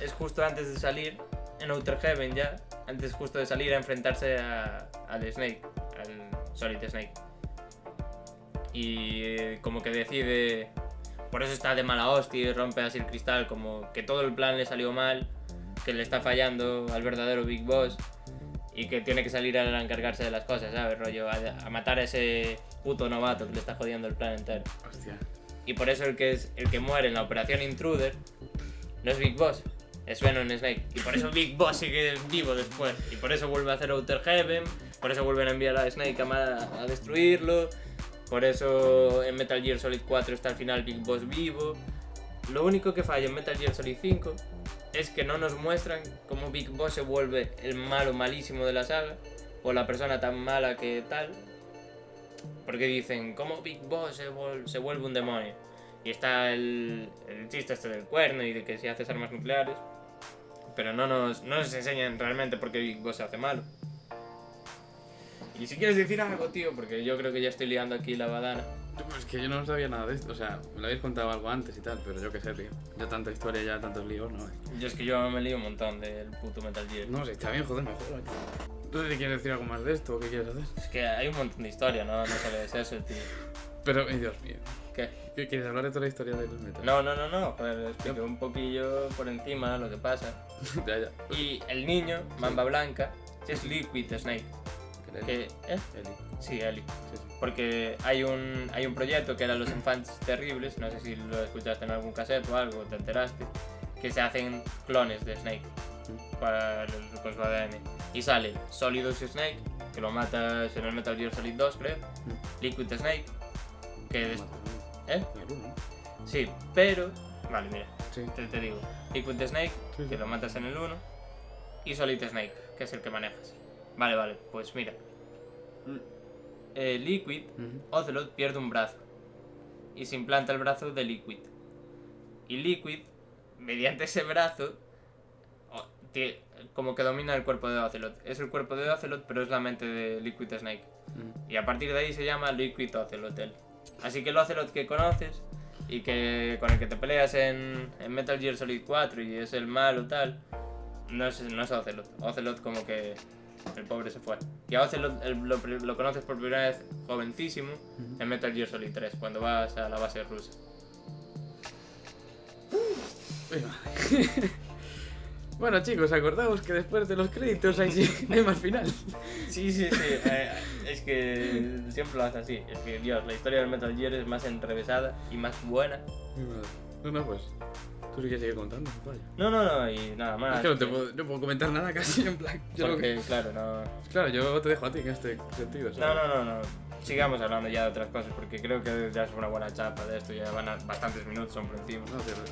B: es justo antes de salir en Outer Heaven ya, antes justo de salir a enfrentarse a- al Snake, al Solid Snake. Y eh, como que decide, por eso está de mala hostia, rompe así el cristal, como que todo el plan le salió mal, que le está fallando al verdadero Big Boss y que tiene que salir a encargarse de las cosas, ¿sabes? Rollo, a, a matar a ese puto novato que le está jodiendo el plan entero.
A: Hostia.
B: Y por eso el que, es, el que muere en la operación Intruder no es Big Boss, es Venom Snake. Y por eso Big Boss sigue vivo después. Y por eso vuelve a hacer Outer Heaven, por eso vuelven a enviar a Snake a, ma- a destruirlo. Por eso en Metal Gear Solid 4 está al final Big Boss vivo. Lo único que falla en Metal Gear Solid 5 es que no nos muestran cómo Big Boss se vuelve el malo malísimo de la saga o la persona tan mala que tal. Porque dicen, ¿cómo Big Boss se, vol- se vuelve un demonio? Y está el, el chiste este del cuerno y de que si haces armas nucleares. Pero no nos, no nos enseñan realmente por qué Big Boss se hace malo. Y si quieres decir algo, tío, porque yo creo que ya estoy liando aquí la badana.
A: Yo, Pues que yo no sabía nada de esto. O sea, me lo habéis contado algo antes y tal, pero yo qué sé, tío. Ya tanta historia, ya tantos líos, no. eh.
B: Yo es que yo me lío un montón del puto Metal Gear.
A: No, si está bien, joder, mejor. No sé si quieres decir algo más de esto o qué quieres hacer.
B: Es que hay un montón de historia, ¿no? No sabes eso, tío.
A: Pero, ay, Dios mío.
B: ¿Qué?
A: ¿Qué quieres hablar de toda la historia del metal?
B: No, no, no, no. Joder, expliqué un poquillo por encima lo que pasa.
A: ya, ya.
B: Y el niño, Mamba Blanca, es Liquid Snake. Que, ¿eh?
A: Eli.
B: Sí, Eli.
A: Sí, sí.
B: Porque hay un, hay un proyecto que era Los Infantes Terribles, no sé si lo escuchaste en algún cassette o algo, te enteraste, que se hacen clones de Snake para el- con su ADN. Y sale Solidus Snake, que lo matas en el Metal Gear Solid 2, creo. Liquid Snake, que... des- ¿Eh?
A: Naru, ¿no?
B: Sí, pero... Vale, mira,
A: Sí.
B: te, te digo. Liquid Snake,
A: Sí, sí.
B: que lo matas en el 1. Y Solid Snake, que es el que manejas. Vale, vale, pues mira.
A: Mm.
B: Eh, Liquid
A: Ujú.
B: Ocelot pierde un brazo y se implanta el brazo de Liquid. Y Liquid, mediante ese brazo, o- tie- como que domina el cuerpo de Ocelot. Es el cuerpo de Ocelot, pero es la mente de Liquid Snake.
A: Ujú.
B: Y a partir de ahí se llama Liquid Ocelot. él. Así que el Ocelot que conoces y que con el que te peleas en, en Metal Gear Solid 4 y es el malo tal, no es, no es Ocelot. Ocelot como que el pobre se fue. Y a veces lo, el- lo pri- lo conoces por primera vez jovencísimo en Metal Gear Solid 3, cuando vas a la base rusa.
A: Uy, madre. bueno, chicos, acordaos que después de los créditos ahí sí, no hay más final.
B: Sí, sí, sí. eh, es que siempre lo hace así. Es que, Dios, la historia del Metal Gear es más entrevesada y más buena.
A: Mi madre. No, no, pues. Tú sí que sigues contando, vaya.
B: No, no, no, y nada más.
A: Es que no, te puedo, no puedo comentar nada casi en plan. Yo lo
B: Porque,
A: que-
B: claro, no.
A: Claro, yo te dejo a ti en este sentido.
B: No,
A: ¿sabes?
B: no, no, no. Sigamos hablando ya de otras cosas porque creo que ya es una buena chapa de esto. Ya van a- bastantes minutos son por encima.
A: No, cierro.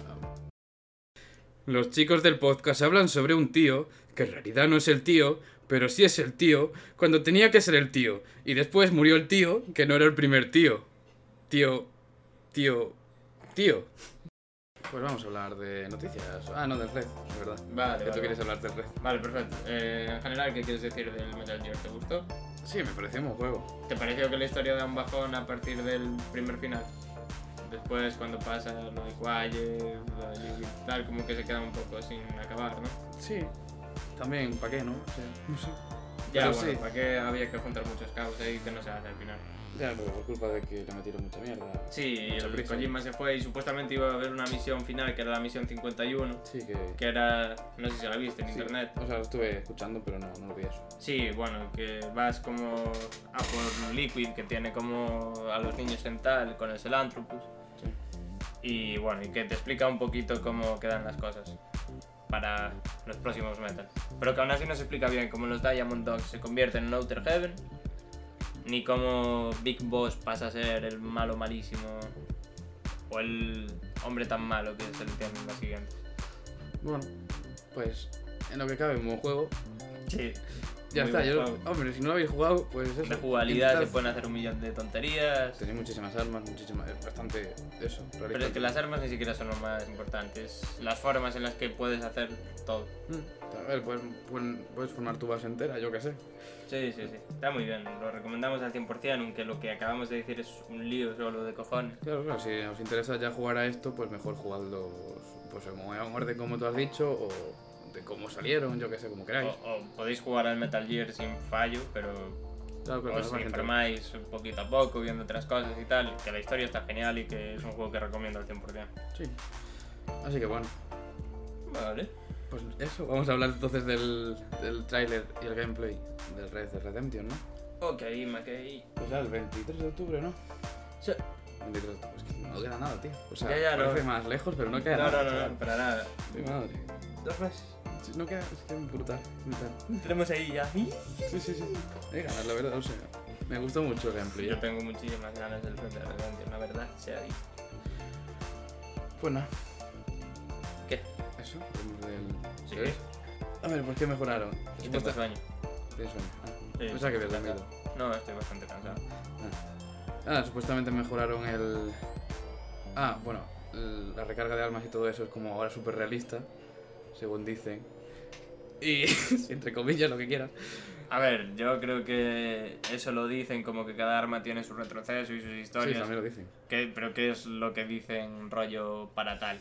A: Los chicos del podcast hablan sobre un tío que en realidad no es el tío, pero sí es el tío cuando tenía que ser el tío. Y después murió el tío que no era el primer tío. Tío. Tío. Tío. Pues vamos a hablar de noticias. Ah, no, del red, es verdad.
B: Vale,
A: Que tú quieres hablar del red.
B: Vale, perfecto. Eh, en general, ¿qué quieres decir del Metal Gear? ¿Te gustó?
A: Sí, me pareció un buen juego.
B: ¿Te pareció que la historia da un bajón a partir del primer final? Después, cuando pasa lo de Guaye, lo de Yugi y tal, como que se queda un poco sin acabar, ¿no?
A: Sí. También, ¿para qué, no? O sea, no sé.
B: Ya,
A: Pero
B: bueno,
A: sí.
B: ¿para qué había que juntar muchos cabos ahí que no se hace al final?
A: Ya, pero por culpa de que le metieron mucha mierda.
B: Sí, y
A: Mucha
B: el
A: prisa.
B: Kojima se fue y supuestamente iba a haber una misión final, que era la misión 51,
A: Sí, que.
B: que era, no sé si la viste en
A: sí.
B: internet.
A: O sea, lo estuve escuchando, pero no, no lo vi eso.
B: Sí, bueno, que vas como a por Liquid, que tiene como a los niños en tal, con el Celanthropus.
A: Sí.
B: Y bueno, y que te explica un poquito cómo quedan las cosas para los próximos metas. Pero que aún así no se explica bien cómo los Diamond Dogs se convierten en Outer Heaven, ni cómo Big Boss pasa a ser el malo malísimo, o el hombre tan malo que se le tiene en la siguiente.
A: Bueno, pues en lo que cabe, un buen juego.
B: Sí.
A: Ya
B: Muy
A: está,
B: buen
A: yo.
B: juego.
A: Hombre, si no lo habéis jugado, pues eso.
B: De jugabilidad se
A: intentad-
B: pueden hacer un millón de tonterías.
A: Tenéis muchísimas armas, muchísimas. es Bastante. Eso,
B: Pero es que las armas ni siquiera son lo más importante, es las formas en las que puedes hacer todo.
A: Mm, A ver, puedes, pueden- puedes formar tu base entera, yo qué sé.
B: Sí, sí, sí. Está muy bien, lo recomendamos al 100%, aunque lo que acabamos de decir es un lío solo de cojones.
A: Claro, claro, si os interesa ya jugar a esto, pues mejor jugadlos. Pues como en orden, como tú has dicho, o de cómo salieron, yo qué sé, como
B: O,
A: queráis.
B: o podéis jugar al Metal Gear sin fallo, pero
A: Claro, claro,
B: os
A: más gente.
B: informáis poquito a poco, viendo otras cosas y tal, que la historia está genial y que es un juego que recomiendo al 100%.
A: Sí. Así que bueno.
B: Vale.
A: Pues eso, vamos a hablar entonces del, del tráiler y el gameplay del Red Dead Redemption, ¿no?
B: Ok, Mackey.
A: Pues ya el 23 de octubre, ¿no?
B: Sí.
A: 23 de octubre, es que no queda nada, tío. O sea,
B: Ya, ya, no.
A: parece más lejos, pero no queda
B: No, no,
A: nada.
B: no,
A: chaval.
B: no, para nada.
A: Mi madre.
B: Dos meses.
A: Sí, No queda, es que brutal, brutal.
B: Tenemos ahí ya.
A: Sí, sí, sí. Hay ganas, la verdad, o sea, me gustó mucho el gameplay. ¿eh?
B: Yo tengo muchísimas ganas del Red Dead Redemption, la verdad, se ha dicho.
A: Pues nada,
B: ¿Qué?
A: eso. hablemos del-
B: Sí.
A: ¿sabes? A ver, ¿por qué mejoraron?
B: Y tengo sueño.
A: de sueño. Ah,
B: Sí,
A: pensaba que habías
B: bastante.
A: dormido.
B: No, estoy bastante cansado.
A: Ah, supuestamente mejoraron el. Ah, bueno, el- la recarga de armas y todo eso es como ahora súper realista, según dicen. Y entre comillas, lo que quieras.
B: A ver, yo creo que eso lo dicen como que cada arma tiene su retroceso y sus
A: Sí,
B: historias.
A: también lo dicen.
B: ¿Qué- pero ¿qué es lo que dicen rollo para tal?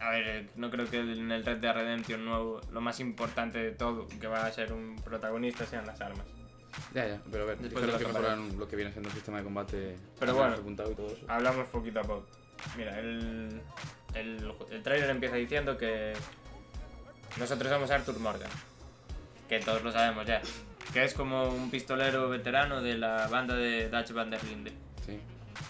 B: A ver, eh, no creo que en el Red Dead Redemption nuevo lo más importante de todo que va a ser un protagonista sean las armas.
A: Ya, ya, pero a ver,
B: Después
A: dijeron
B: de
A: que
B: la
A: mejoraron lo que viene siendo el sistema de combate.
B: Pero
A: más
B: bueno. Ah.
A: apuntado y todo eso.
B: Hablamos poquito a poco. Mira, el, el, el trailer empieza diciendo que nosotros somos Arthur Morgan, que todos lo sabemos ya, que es como un pistolero veterano de la banda de Dutch Van der Linde,
A: Sí.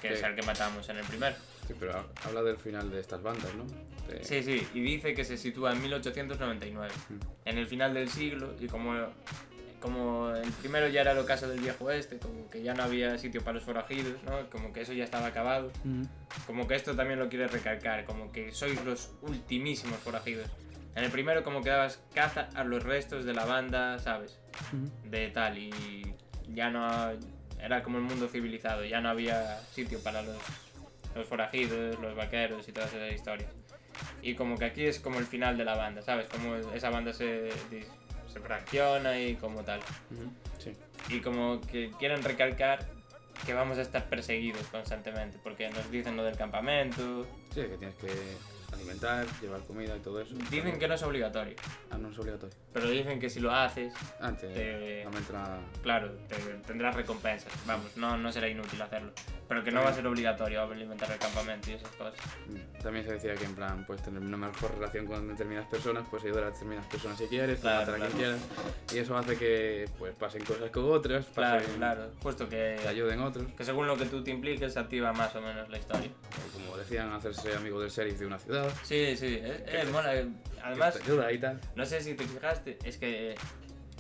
B: que
A: Sí.
B: es al que matamos en el primero.
A: Sí, pero ha- habla del final de estas bandas, ¿no? De-
B: Sí, sí, y dice que se sitúa en 1899,
A: Mm.
B: en el final del siglo, y como, como el primero ya era el ocaso del viejo oeste, como que ya no había sitio para los forajidos, ¿no? como que eso ya estaba acabado,
A: Mm.
B: Como que esto también lo quiere recalcar, como que sois los ultimísimos forajidos. En el primero como que dabas caza a los restos de la banda, ¿sabes?
A: Mm.
B: De tal, y ya no... ha- Era como el mundo civilizado, ya no había sitio para los, los forajidos, los vaqueros y todas esas historias. Y como que aquí es como el final de la banda, ¿sabes? Como esa banda se, dis- se fracciona y como tal.
A: Mm. Sí.
B: Y como que quieren recalcar que vamos a estar perseguidos constantemente, porque nos dicen lo del campamento,
A: Sí, que tienes que alimentar, llevar comida y todo eso.
B: Dicen que no es obligatorio,
A: Ah, no es obligatorio.
B: pero dicen que si lo haces,
A: Antes,
B: Te-
A: no me entra...
B: claro, te- tendrás recompensas. Vamos, no, no será inútil hacerlo. Pero que no va a ser obligatorio alimentar el campamento y esas cosas.
A: Mm. También se decía que en plan, puedes tener una mejor relación con determinadas personas, puedes ayudar a determinadas personas si quieres,
B: Claro,
A: matar a quien
B: claro.
A: quieras. Y eso hace que pues pasen cosas con otras,
B: Claro,
A: pasen-
B: claro. Justo
A: te
B: que,
A: ayuden otros.
B: que según lo que tú te impliques, se activa más o menos la historia.
A: Y como decían, hacerse amigos del sheriff de una ciudad,
B: Sí, sí,
A: ¿Qué
B: es,
A: crees?
B: mola. eh,
A: que
B: Además,
A: te ayuda y tal.
B: no sé si te fijaste, es que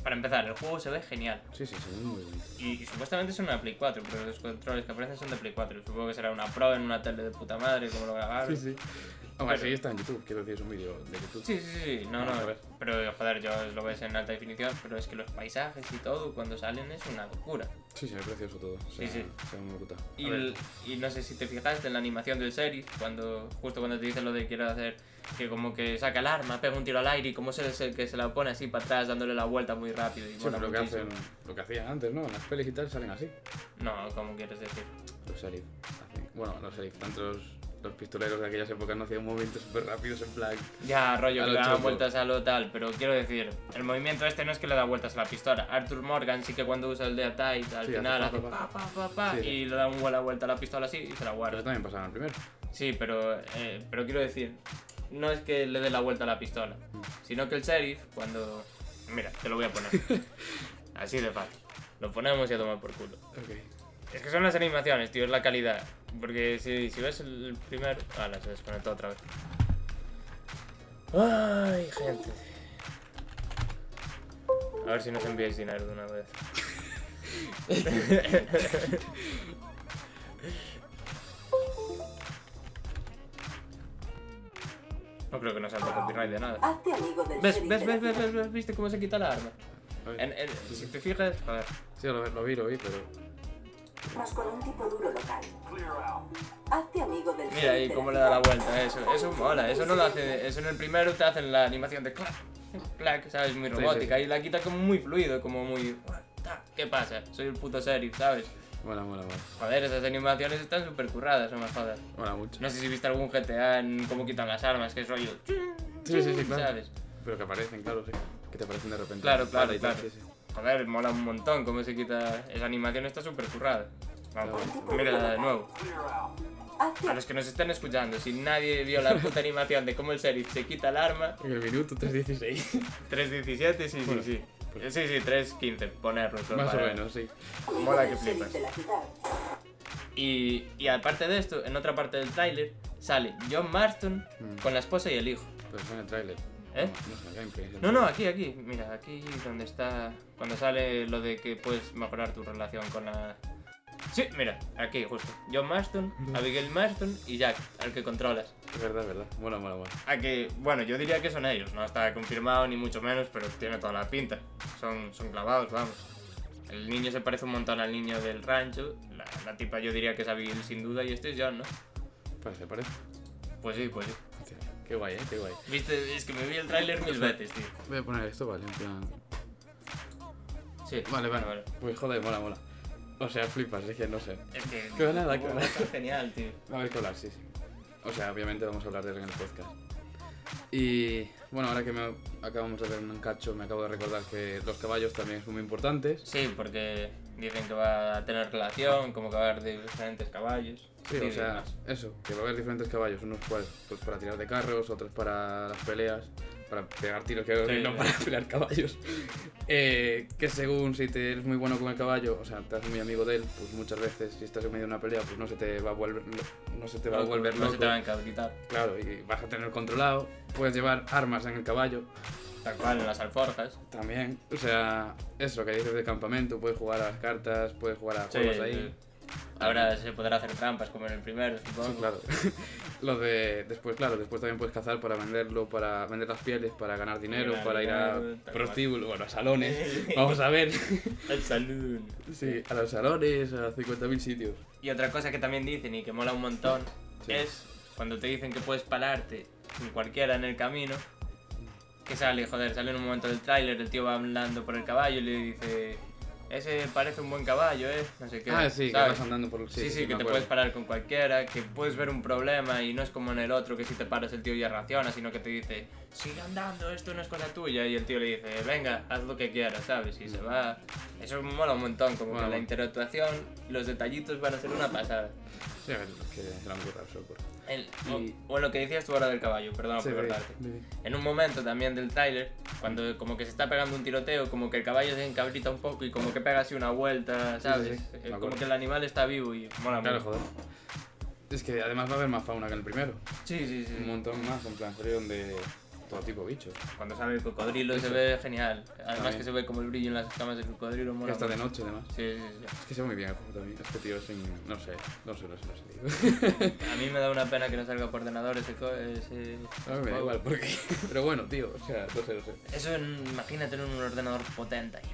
B: para empezar, el juego se ve genial.
A: Sí, sí, sí, muy bonito.
B: Y, y supuestamente son una Play 4, pero los controles que aparecen son de Play 4. Supongo que será una Pro en una tele de puta madre, como lo grabaron.
A: Sí, sí. Aunque
B: Pero-
A: sí está en YouTube, quiero decir, es un vídeo de YouTube.
B: Sí, sí, sí, no,
A: Vamos a
B: no,
A: ver.
B: pero joder, yo lo ves en alta definición, pero es que los paisajes y todo cuando salen es una locura.
A: Sí, se ve precioso todo. o sea,
B: Sí,
A: Se ve muy brutal. A
B: Y,
A: ver,
B: el- y no sé si te fijaste en la animación del series, cuando justo cuando te dice lo de quiero hacer, que como que saca el arma, pega un tiro al aire y como se es el que se la pone así para atrás dándole la vuelta muy rápido y
A: sí,
B: mola
A: lo, que
B: muchísimo.
A: hacen, lo que hacían antes, ¿no? En las pelis y tal salen así.
B: No, como quieres decir.
A: Los sheriff. hacen- Bueno, los sheriff, tantos los pistoleros de aquellas épocas no hacían movimientos súper rápidos en plan.
B: Ya, rollo,
A: A
B: que
A: lo
B: le dan
A: chungo.
B: vueltas a lo tal, pero quiero decir, el movimiento este no es que le da vueltas a la pistola. Arthur Morgan sí que cuando usa el de Atai, al
A: hace
B: final
A: pa,
B: hace
A: pa,
B: pa,
A: pa.
B: pa, pa, pa,
A: Sí, sí.
B: y le da un- la vuelta a la pistola así y se la
A: Pero
B: guarda.
A: también pasaban al primero.
B: Sí, pero, eh, pero quiero decir, no es que le dé la vuelta a la pistola, sino que el sheriff, cuando. Mira, te lo voy a poner. Así de fácil. Lo ponemos y a tomar por culo.
A: Ok.
B: Es que son las animaciones, tío, es la calidad. Porque si, si ves el primer. Ah, la se desconectó otra vez. Ay, gente. A ver si nos enviáis dinero de una vez. No creo que nos salga copyright de nada.
C: Hazte amigo del
B: ¿Ves,
C: sheriff
B: ves,
C: de
B: ves,
C: la
B: ves, ves, ves, viste cómo se quita la arma?
A: A ver.
B: En- en- si te fijas, joder.
A: Sí, lo, lo vi, lo vi, pero.
C: ciudad, Más con un tipo duro local. Hazte amigo del
B: Mira
C: sheriff
B: ahí
C: de
B: cómo
C: la
B: le da la
C: ciudad.
B: vuelta, eso, eso mola, eso no lo hace, eso en el primero te hacen la animación de clac, clac, sabes, muy
A: Sí, sí,
B: robótica,
A: sí.
B: y la quita como muy fluido, como muy, ta, ¿qué pasa? Soy el puto sheriff, ¿sabes?
A: Mola, mola, mola.
B: Joder, esas animaciones están súper curradas, no me jodas.
A: Mola mucho.
B: No sé si viste algún GTA en cómo quitan las armas, que es rollo,
A: Sí, sí, sí, claro.
B: ¿sabes?
A: Pero que aparecen, claro, sí. Que te aparecen de repente.
B: Claro, claro,
A: Vale, y tal,
B: claro.
A: sí, sí.
B: Joder, mola un montón cómo se quita, esa animación está súper currada. Vamos, mírala de nuevo.
C: Hazte
B: A los que nos están escuchando, si nadie vio la puta animación de cómo el sheriff se quita el arma,
A: En el minuto 3.16.
B: 3.17, sí,
A: Bueno, pues.
B: sí, sí. Eh, Sí, sí, 3.15, ponerlo. todo
A: Más o
B: para-
A: menos, sí.
C: amigo
B: mola
C: del
B: que
C: sheriff
B: flipas.
C: de la ciudad.
B: Y, y aparte de esto, en otra parte del tráiler sale John Marston
A: Mm.
B: con la esposa y el hijo.
A: Pero eso en el tráiler.
B: ¿Eh?
A: No, no es en el gameplay. es en el
B: No, no,
A: tráiler.
B: aquí, aquí. Mira, aquí donde está... Cuando sale lo de que puedes mejorar tu relación con la... Sí, mira, aquí justo. John Marston, Abigail Marston y Jack, al que controlas.
A: Es verdad, es verdad. Mola, mola, mola.
B: A que, bueno, yo diría que son ellos, no está confirmado ni mucho menos, pero tiene toda la pinta. Son, son clavados, vamos. El niño se parece un montón al niño del rancho, la, la tipa yo diría que es Abigail sin duda y este es John, ¿no?
A: Parece, parece.
B: Pues sí, pues sí.
A: Hostia, Qué guay, eh, qué guay.
B: Viste, es que me vi el tráiler mil veces, tío.
A: Voy a poner esto, vale, en plan.
B: Sí,
A: Vale, vale, vale. Pues joder, mola, mola. O sea, flipas, es que no sé.
B: Es que...
A: Que nada, que
B: Wow,
A: nada.
B: está genial, tío.
A: Va a haber que hablar, sí, sí. O sea, obviamente vamos a hablar de él en el podcast. Y bueno, ahora que me acabamos de hacer un cacho, me acabo de recordar que los caballos también son muy importantes.
B: Sí, porque dicen que va a tener relación, como que va a haber diferentes caballos.
A: Sí, o sea,
B: demás.
A: eso, que va a haber diferentes caballos, unos cuales, pues para tirar de carros, otros para las peleas, para pegar tiros, que
B: Sí,
A: no
B: sí.
A: para pelear caballos. Eh, que según si te eres muy bueno con el caballo, o sea, te haces muy amigo de él, pues muchas veces si estás en medio de una pelea, pues no se te va a volver, lo- no se te va a
B: Loco,
A: volver
B: No
A: loco.
B: se te va a encabritar.
A: Claro, y vas a tener controlado, puedes llevar armas en el caballo,
B: Tal cual, en las alforjas.
A: También, o sea, eso que dices del campamento, puedes jugar a las cartas, puedes jugar a juegos
B: Sí,
A: ahí.
B: sí. Ahora se podrá hacer trampas como en el primero, supongo.
A: Sí, claro. Lo de después, claro, después también puedes cazar para venderlo, para vender las pieles, para ganar dinero,
B: Ganar
A: para ir a
B: dinero, tal
A: prostíbulos, bueno, a salones. Vamos a ver.
B: El salón.
A: Sí, a los salones, a 50.000 sitios.
B: Y otra cosa que también dicen y que mola un montón
A: Sí.
B: es cuando te dicen que puedes pararte en cualquiera en el camino. Que sale, joder, sale en un momento del tráiler, el tío va hablando por el caballo y le dice. ese parece un buen caballo, ¿eh? No sé qué.
A: Ah, sí, que
B: ¿sabes?
A: vas andando por...
B: Sí, sí,
A: me
B: que te
A: acuerdo.
B: puedes parar con cualquiera, que puedes ver un problema y no es como en el otro que si te paras el tío ya reacciona, sino que te dice, sigue andando, esto no es cosa tuya. Y el tío le dice, venga, haz lo que quieras, ¿sabes? Y se va. Eso mola un montón, como
A: Mola
B: que la
A: mucho.
B: interactuación, los detallitos van a ser una pasada.
A: Sí, a ver, que se lo han currado, se lo han currado.
B: El-
A: Y-
B: o, o en lo que decías tú ahora del caballo, perdona
A: Sí,
B: por
A: ve,
B: cortarte.
A: ve.
B: En un momento también del Tyler, cuando como que se está pegando un tiroteo, como que el caballo se encabrita un poco y como que pega así una vuelta, ¿sabes?
A: sí, me
B: Eh, como
A: acuerdo.
B: que el animal está vivo y mola
A: Claro,
B: mucho.
A: joder. Es que además va a haber más fauna que en el primero.
B: Sí, sí, sí.
A: Un montón más, en plan, fueron de todo tipo de bichos.
B: Cuando sale el cocodrilo se
A: Eso.
B: ve genial. Además
A: También.
B: que se ve como el brillo en las escamas del cocodrilo.
A: Que
B: Mola
A: está de noche,
B: mucho.
A: además.
B: Sí, sí, sí.
A: Es que se ve muy bien el juego también. Es que, tío, es un- No sé, no sé, no sé, no sé, tío.
B: A mí me da una pena que no salga por ordenador ese... co- ese-
A: A mí me da
B: juego.
A: igual, porque... Pero bueno, tío, o sea, no sé, no sé.
B: Eso en- imagínate en un ordenador potente. ahí.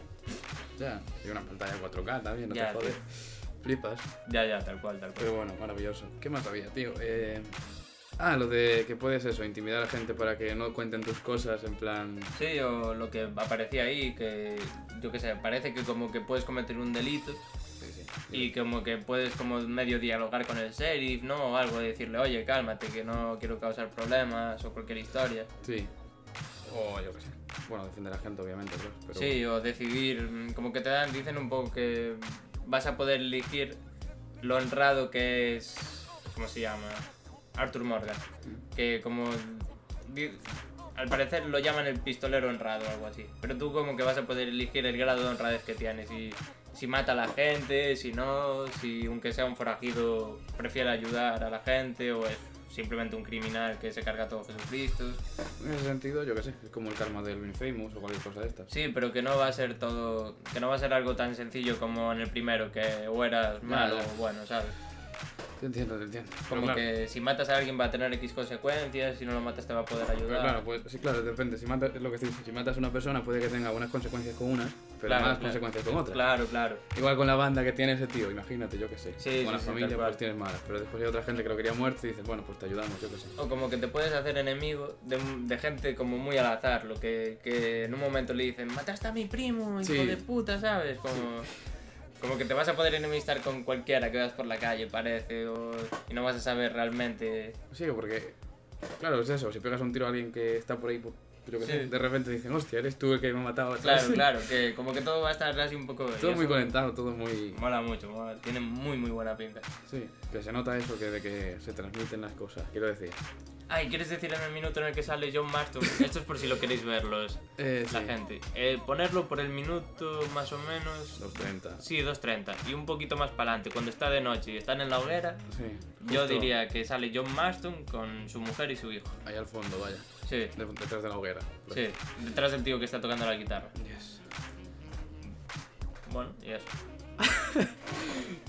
A: Ya, y una pantalla 4K también, no
B: Ya,
A: te jodes. Flipas.
B: Ya, ya, tal cual, tal cual.
A: Pero bueno, maravilloso. ¿Qué más había, tío? Eh, Ah, lo de que puedes eso, intimidar a gente para que no cuenten tus cosas, en plan...
B: Sí, o lo que aparecía ahí, que yo qué sé, parece que como que puedes cometer un delito
A: Sí, sí.
B: y como que puedes como medio dialogar con el sheriff, ¿no? O algo, decirle, oye, cálmate, que no quiero causar problemas o cualquier historia.
A: Sí. O yo qué sé. Bueno, defender a la gente, obviamente, pero... pero
B: sí, o decidir, mm, como que te dan, dicen un poco que vas a poder elegir lo honrado que es, ¿cómo se llama? Arthur Morgan, que como, di- al parecer lo llaman el pistolero honrado o algo así, pero tú como que vas a poder elegir el grado de honradez que tienes y si mata a la gente, si no, si aunque sea un forajido prefiere ayudar a la gente o es simplemente un criminal que se carga a todo Jesucristo.
A: En ese sentido, yo qué sé, es como el karma del Infamous o cualquier cosa de estas.
B: Sí, pero que no va a ser todo, que no va a ser algo tan sencillo como en el primero, que o eras malo
A: ya.
B: o bueno, ¿sabes?
A: Te entiendo, te entiendo.
B: Como
A: Pero claro,
B: que si matas a alguien va a tener X consecuencias, si no lo matas te va a poder
A: pero
B: ayudar.
A: claro, pues sí, claro, depende. Si matas, es lo que te dice, si matas a una persona puede que tenga buenas consecuencias con unas, pero
B: Claro,
A: malas
B: claro.
A: consecuencias con otras.
B: claro, claro.
A: Igual con la banda que tiene ese tío, imagínate, yo qué sé.
B: Sí,
A: con la
B: sí, sí,
A: familia
B: tal cual.
A: pues tienes malas, pero después hay otra gente que lo quería muerto y dices, bueno, pues te ayudamos, yo qué sé.
B: O como que te puedes hacer enemigo de, de gente como muy al azar, lo que, que en un momento le dicen, mataste a mi primo, hijo
A: Sí.
B: de puta, ¿sabes? Como, como que te vas a poder enemistar con cualquiera que vas por la calle, parece, o, y no vas a saber realmente
A: Sí, porque, claro, es eso, si pegas un tiro a alguien que está por ahí, pues, yo qué
B: Sí.
A: sé, de repente dicen, hostia, eres tú el que me ha matado.
B: Claro, claro, que como que todo va a estar así un poco... y
A: Todo
B: eso
A: muy conectado, todo muy...
B: Mola mucho, mola. tiene muy muy buena pinta.
A: Sí, que se nota eso, que de que se transmiten las cosas, quiero decir.
B: Ay, ¿quieres decir en el minuto en el que sale John Marston? Esto es por si lo queréis verlos,
A: Eh,
B: la
A: sí,
B: gente. Eh, ponerlo por el minuto más o menos...
A: Los 30.
B: Sí, 2.30. Y un poquito más para adelante, cuando está de noche y están en la hoguera,
A: Sí,
B: yo
A: justo
B: diría que sale John Marston con su mujer y su hijo.
A: Ahí al fondo, vaya.
B: Sí,
A: de- detrás de la hoguera.
B: sí, detrás del tío que está tocando la guitarra.
A: Yes.
B: Bueno, y eso.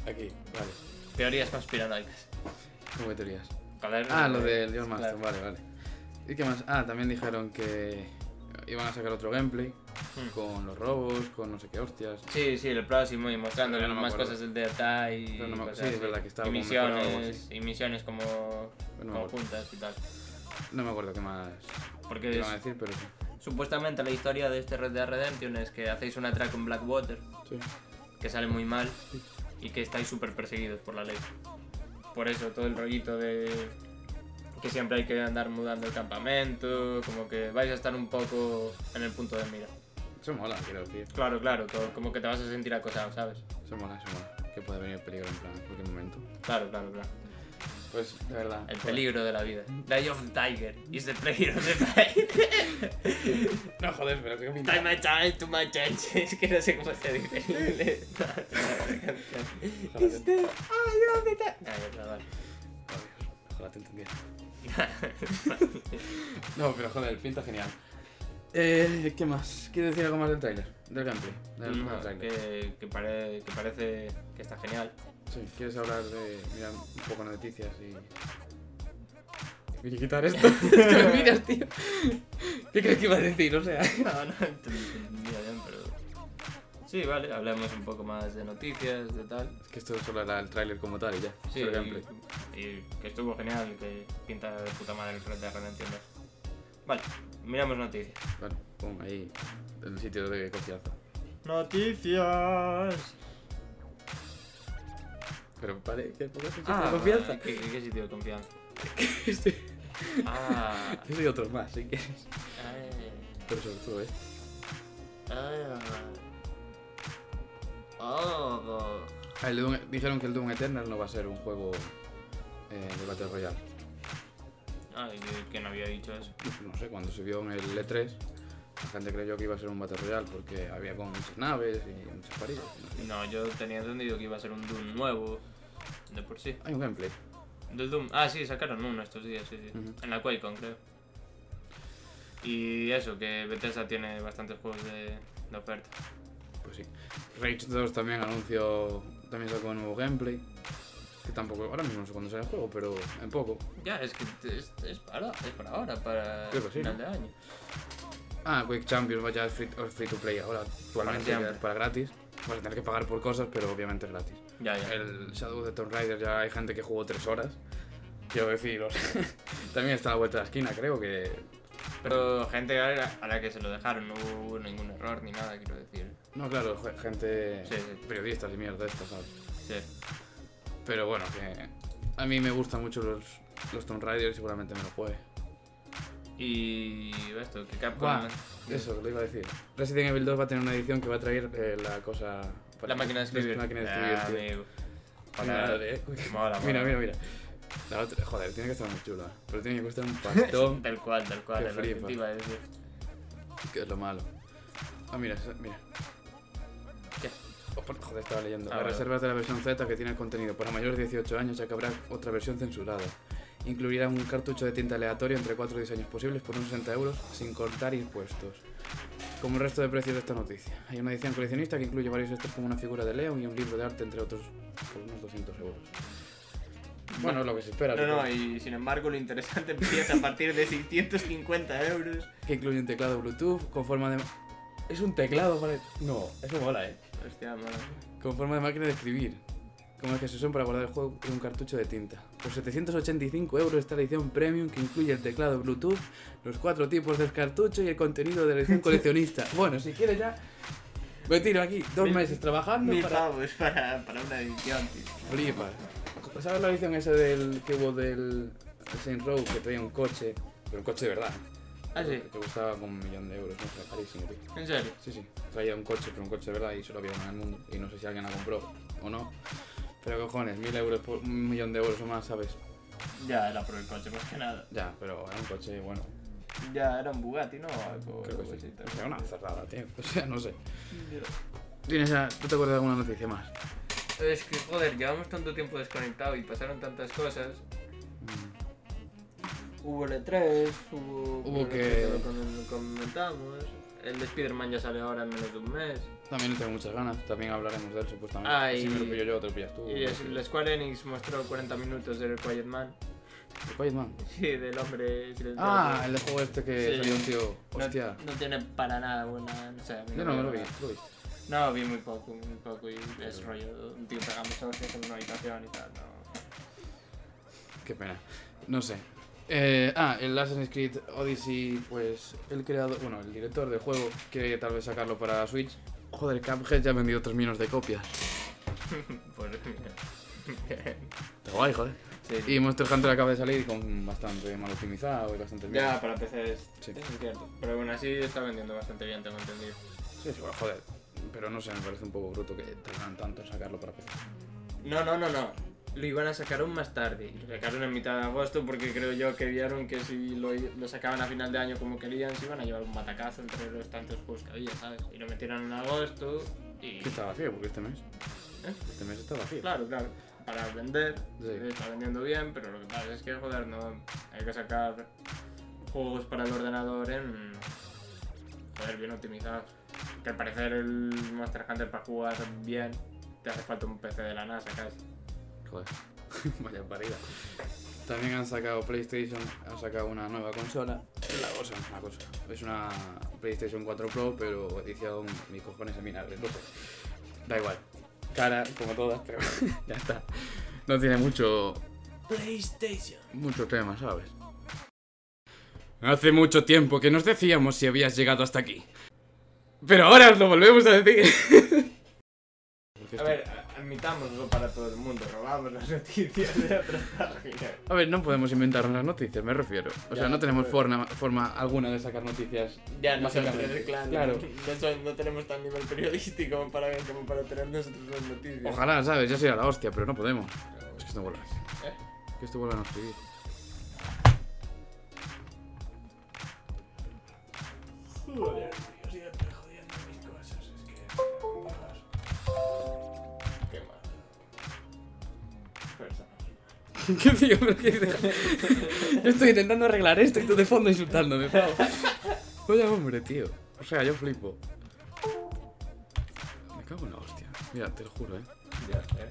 A: Aquí, vale.
B: Teorías conspiranoicas.
A: ¿Cómo que teorías?
B: Joder,
A: Ah, lo
B: eh,
A: del John
B: claro.
A: Marston, vale, vale. ¿Y qué más? Ah, también dijeron que iban a sacar otro gameplay
B: Hmm.
A: con los robos, con no sé qué hostias.
B: Sí, sí, el próximo y mostrándole
A: Pero no me
B: más
A: acuerdo.
B: cosas del DTA y
A: Pero no me-
B: cosas
A: sí, es verdad que estaba
B: y
A: como mejorado o algo
B: misiones, y misiones como
A: no me acuerdo.
B: conjuntas y tal.
A: No me acuerdo qué más
B: Porque
A: iban a
B: es-
A: decir, pero sí.
B: supuestamente la historia de este Red Dead Redemption es que hacéis un atraco en Blackwater
A: Sí.
B: que sale muy mal y que estáis súper perseguidos por la ley. Por eso todo el rollito de que siempre hay que andar mudando el campamento, como que vais a estar un poco en el punto de mira.
A: Eso mola, quiero decir.
B: Claro, claro, co- como que te vas a sentir acosado, ¿sabes?
A: Eso mola, eso mola. Que puede venir peligro en plan, en cualquier momento.
B: Claro, claro, claro.
A: Pues, de verdad.
B: El
A: joder.
B: peligro de la vida. Die of the tiger is the player of the tiger.
A: No, joder, pero qué pinta.
B: Time my child to my chance. Es que no sé cómo se dice en inglés.
A: Ojalá
B: Is
A: te,
B: the eye of the tiger. Ah, ya, perdón.
A: oh, Dios, ojalá te entendiera. No, pero joder, pinta genial. Eh, ¿Qué más? ¿Quieres decir algo más del tráiler? Del gameplay. Del
B: No,
A: tráiler.
B: que, que, pare- que parece que está genial.
A: Sí, ¿quieres hablar de. Mira, un poco noticias y. Y quitar esto. es que lo miras, tío. ¿Qué crees que iba a decir? O sea.
B: No, no entendía bien, pero. Sí, vale, hablemos un poco más de noticias, de tal.
A: Es que esto solo era el tráiler como tal y ya.
B: Sí,
A: el gameplay.
B: y, y que estuvo genial, que pinta de puta madre el frente de Redemption 2. Vale, miramos noticias.
A: Vale, pum, ahí. En el sitio de confianza.
D: Noticias.
A: Pero vale, que poco sentido
B: Ah,
A: de confianza.
B: ¿Qué, qué, qué sitio de confianza?
A: Yo
B: Ah,
A: soy otro más, si quieres.
B: ay,
A: Pero sobre todo, ¿eh?
B: ah. Oh,
A: Ah, el Doom- dijeron que el Doom Eternal no va a ser un juego eh, de Battle Royale.
B: ay, que- que no había dicho eso.
A: No sé, cuando se vio en el E3, la gente creyó que iba a ser un Battle Royale porque había como muchas naves y muchas paridas. no sé.
B: No, yo tenía entendido que iba a ser un Doom nuevo. De por sí.
A: Hay un gameplay.
B: Del Doom. Ah, sí, sacaron uno estos días, sí, sí.
A: Ujú.
B: En la QuakeCon, creo. Y eso, que Bethesda tiene bastantes juegos de, de oferta.
A: Pues sí. Rage 2 también anunció, también sacó un nuevo gameplay. Que tampoco, ahora mismo no sé cuándo sale el juego, pero en poco.
B: Ya, es que te- es, es para, es para ahora, para
A: Creo que sí,
B: final
A: ¿no?
B: de año.
A: Ah, Quick Champions, vaya, es free, es free to play ahora. Actualmente
B: siempre.
A: es para gratis. Vas a tener que pagar por cosas, pero obviamente es gratis.
B: Ya, ya.
A: El Shadow de Tomb Raider ya hay gente que jugó 3 horas. Quiero decir, o sea, también está a la vuelta de la esquina, creo que.
B: Pero gente a la, a la que se lo dejaron, no hubo ningún error ni nada, quiero decir.
A: No, claro, je- gente.
B: Sí, sí.
A: Periodistas y mierda esta, ¿sabes?
B: Sí.
A: Pero bueno, que. A mí me gustan mucho los, los Tomb Raider y seguramente me lo juegue.
B: Y esto, que Capcom...
A: Buah, eso, lo iba a decir. Resident Evil 2 va a tener una edición que va a traer eh, la cosa.
B: La máquina de escribir.
A: La máquina de
B: Ah,
A: escribir, tío.
B: amigo.
A: Mira,
B: Mola,
A: dale, eh.
B: mola,
A: Mira,
B: mola.
A: mira, mira. La otra, joder, tiene que estar muy chula. Pero tiene que costar un pastón,
B: Tal cual, tal cual,
A: Qué
B: es lo que
A: flipa.
B: te iba a decir.
A: que es lo malo. Ah, mira, esa- mira.
B: ¿Qué?
A: Oh, por- joder, estaba leyendo.
B: Ah,
A: Las
B: vale.
A: reservas de la versión Z que tiene contenido para mayores de 18 años, ya que habrá otra versión censurada. Incluirá un cartucho de tinta aleatorio entre cuatro diseños posibles por unos 60 euros, sin cortar impuestos. Como el resto de precios de esta noticia. Hay una edición coleccionista que incluye varios extras como una figura de León y un libro de arte, entre otros, por unos 200 euros. Bueno, es lo que se espera.
B: No,
A: supongo.
B: no, y sin embargo lo interesante empieza a partir de 650 euros.
A: que incluye un teclado Bluetooth con forma de... Es un teclado, vale. No, eso mola, eh.
B: Hostia, mano.
A: Con forma de máquina de escribir. Como es que se usan para guardar el juego en un cartucho de tinta. Por 785 euros está la edición premium que incluye el teclado Bluetooth, los cuatro tipos del cartucho y el contenido de la edición coleccionista. bueno, si quieres ya... Me tiro aquí dos
B: Mil-
A: meses trabajando
B: Mil
A: para...
B: pavos para, para una edición, tío.
A: Flipas. ¿Sabes la edición esa del que hubo del Saint Row que traía un coche? Pero un coche de verdad.
B: Ah, sí.
A: Que costaba como un millón de euros, no sé, carísimo, tío.
B: En serio.
A: Sí, sí. Traía un coche, pero un coche de verdad y solo había uno en el mundo. Y no sé si alguien la compró o no. Pero cojones, mil euros por un millón de euros o más, ¿sabes?
B: Ya, era por el coche, más que nada.
A: Ya, pero era un coche, bueno,
B: Ya, era un Bugatti, ¿no? Algo,
A: creo que
B: algo
A: sí.
B: así, tal.
A: O sea, una cerrada, tío. O sea, no sé. ¿Tienes a- ¿Tú te acuerdas de alguna noticia más?
B: Es que, joder, llevamos tanto tiempo desconectado y pasaron tantas cosas. Hubo el E3, hubo...
A: Hubo
B: lo
A: que-
B: lo com- comentamos. El de Spider-Man ya sale ahora en menos de un mes.
A: También le tengo muchas ganas. También hablaremos de él, supuestamente.
B: Ah,
A: Si
B: y-
A: me lo pillo yo, te lo pillas tú.
B: Y
A: no
B: es-
A: sé.
B: el Square Enix mostró 40 minutos del Quiet Man.
A: Quiet Man.
B: Sí, del hombre silencioso.
A: Ah, el de juego este que
B: Sí.
A: salió un tío.
B: No-
A: Hostia.
B: No, tiene para nada buena. No sé, a mí
A: Yo no me lo vi,
B: nada.
A: tú lo viste.
B: No, vi muy poco, muy poco. Y es rollo. Un tío pegando hostias en una habitación y tal. No.
A: Qué pena. No sé. Eh, ah, el Assassin's Creed Odyssey, pues el creador, bueno, el director del juego quiere tal vez sacarlo para Switch. Joder, Cuphead ya ha vendido 3 millones de copias.
B: Pues mira.
A: Está guay, joder.
B: sí.
A: Y Monster Hunter acaba de salir con bastante mal optimizado y bastante bien.
B: Ya, para PC es,
A: Sí.
B: eso es cierto. Pero bueno, así está vendiendo bastante bien, tengo entendido.
A: Sí, sí, bueno, joder. Pero no sé, me parece un poco bruto que tardan tanto en sacarlo para PC.
B: No, no, no, no. Lo iban a sacar aún más tarde. Lo sacaron en mitad de agosto porque creo yo que vieron que si lo, lo sacaban a final de año como querían, se iban a llevar un batacazo entre los tantos juegos que había, ¿sabes? Y lo metieron en agosto y...
A: Que está vacío, porque este mes.
B: ¿Eh?
A: Este mes está vacío.
B: Claro, claro. Para vender, eh,
A: Sí.
B: está vendiendo bien, pero lo que pasa es que, joder, no. Hay que sacar juegos para el ordenador en. Joder, bien optimizados. Que al parecer el Monster Hunter para jugar bien te hace falta un PC de la NASA casi.
A: Joder. Vaya parida. También han sacado PlayStation, han sacado una nueva consola. La cosa, una cosa. Es una PlayStation 4 Pro, pero edición mis cojones seminales. No sé. Da igual. Cara, como todas, pero ya está. No tiene mucho. PlayStation. Mucho tema, ¿sabes? Hace mucho tiempo que nos decíamos si habías llegado hasta aquí. Pero ahora os lo volvemos a decir.
B: A ver, admitámoslo para todo el mundo, robamos las noticias de otra página.
A: A ver, no podemos inventarnos las noticias, me refiero. O sea,
B: Ya,
A: no tenemos
B: pero-
A: forma, forma alguna de sacar noticias.
B: Ya, no
A: Básicamente,
B: somos- claro,
A: claro.
B: No, soy- no tenemos tan nivel periodístico como para, como para tener nosotros las noticias.
A: Ojalá, ¿sabes? Ya sería la hostia, pero no podemos. Es que esto vuela.
B: ¿Eh?
A: Que esto vuela a no escribir.
B: Joder, tío, siempre jodiendo mis cosas, es que... Dios. Qué mal. Persona.
A: ¿Qué tío? ¿Pero qué dices? Yo estoy intentando arreglar esto y tú de fondo insultándome, Pau. Vaya hombre, tío. O sea, yo flipo. Me cago en la hostia. Mira, te lo juro, eh.
B: Ya, eh.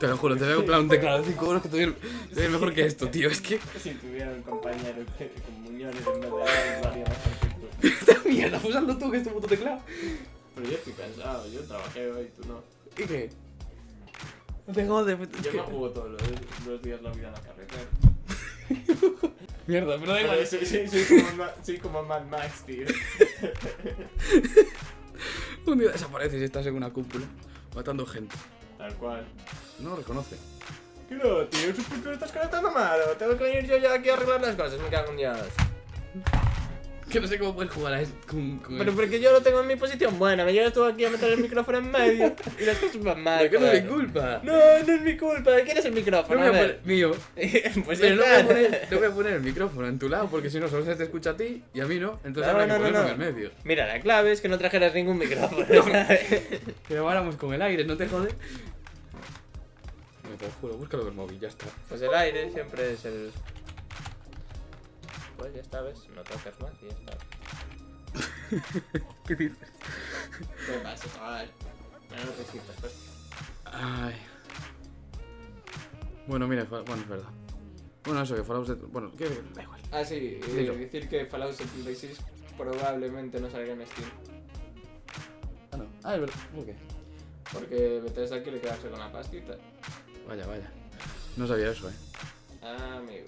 A: Te lo juro, te veo en plan un teclado de 5 euros que te doy- te doy mejor que esto, tío. Es que.
B: Si tuviera un compañero que- con muñones en vez de Ares, lo haría mejor que tú.
A: Esta mierda, pues hazlo tú que es tu puto teclado.
B: Pero yo estoy cansado, yo trabajé hoy, tú no.
A: ¿Y qué? No te jodes, pues, es
B: Yo
A: que-
B: me juego todos los, los días la vida en la carretera.
A: Mierda, pero da igual.
B: Pero soy, soy, soy, como, Ma- soy como Mad Max, tío.
A: Un día desapareces y estás en una cúpula matando gente.
B: Tal cual.
A: No lo reconoce.
B: ¿Qué no, tío? ¿Por qué estás tan malo? Tengo que venir yo ya aquí a arreglar las cosas, me cago en Dios.
A: Que no sé cómo puedes jugar a eso con, con
B: Pero
A: el-
B: porque yo lo tengo en mi posición buena, me llevas tú aquí a meter el micrófono en medio y las cosas van mal.
A: Pero que Ah, no es mi
B: cabrón.
A: culpa.
B: No, no es mi culpa, ¿de quién es el
A: No
B: micrófono?
A: voy a
B: a
A: poner-
B: ver.
A: mío.
B: pues
A: Pero no voy, a
B: está.
A: poner, no voy a poner el micrófono en tu lado porque si no solo se te escucha a ti y a mí no. Entonces
B: No,
A: habrá
B: no,
A: que
B: no,
A: ponerlo
B: no.
A: en el medio.
B: Mira, la clave es que no trajeras ningún micrófono. ¿sabes?
A: Pero vamos con el aire, no te jode. No, te lo juro, búscalo del móvil, ya está.
B: Pues el aire siempre es el. Pues ya está, ¿ves? No tocas más y ya está.
A: ¿Qué dices?
B: ¿Qué pasa, chaval? No, no te sientas, pues.
A: Ay. Bueno, mira, fa- bueno, es verdad. Bueno, eso que Fallout. de- Bueno, que da igual.
B: Ah, sí, y
A: Dilo.
B: decir que Fallout 76 probablemente no salga en Steam.
A: Ah, no. Ah, es verdad. ¿Por qué?
B: Porque Bethesda quiere quedarse con la pastita.
A: Vaya, vaya. No sabía eso, eh.
B: Ah, amigo.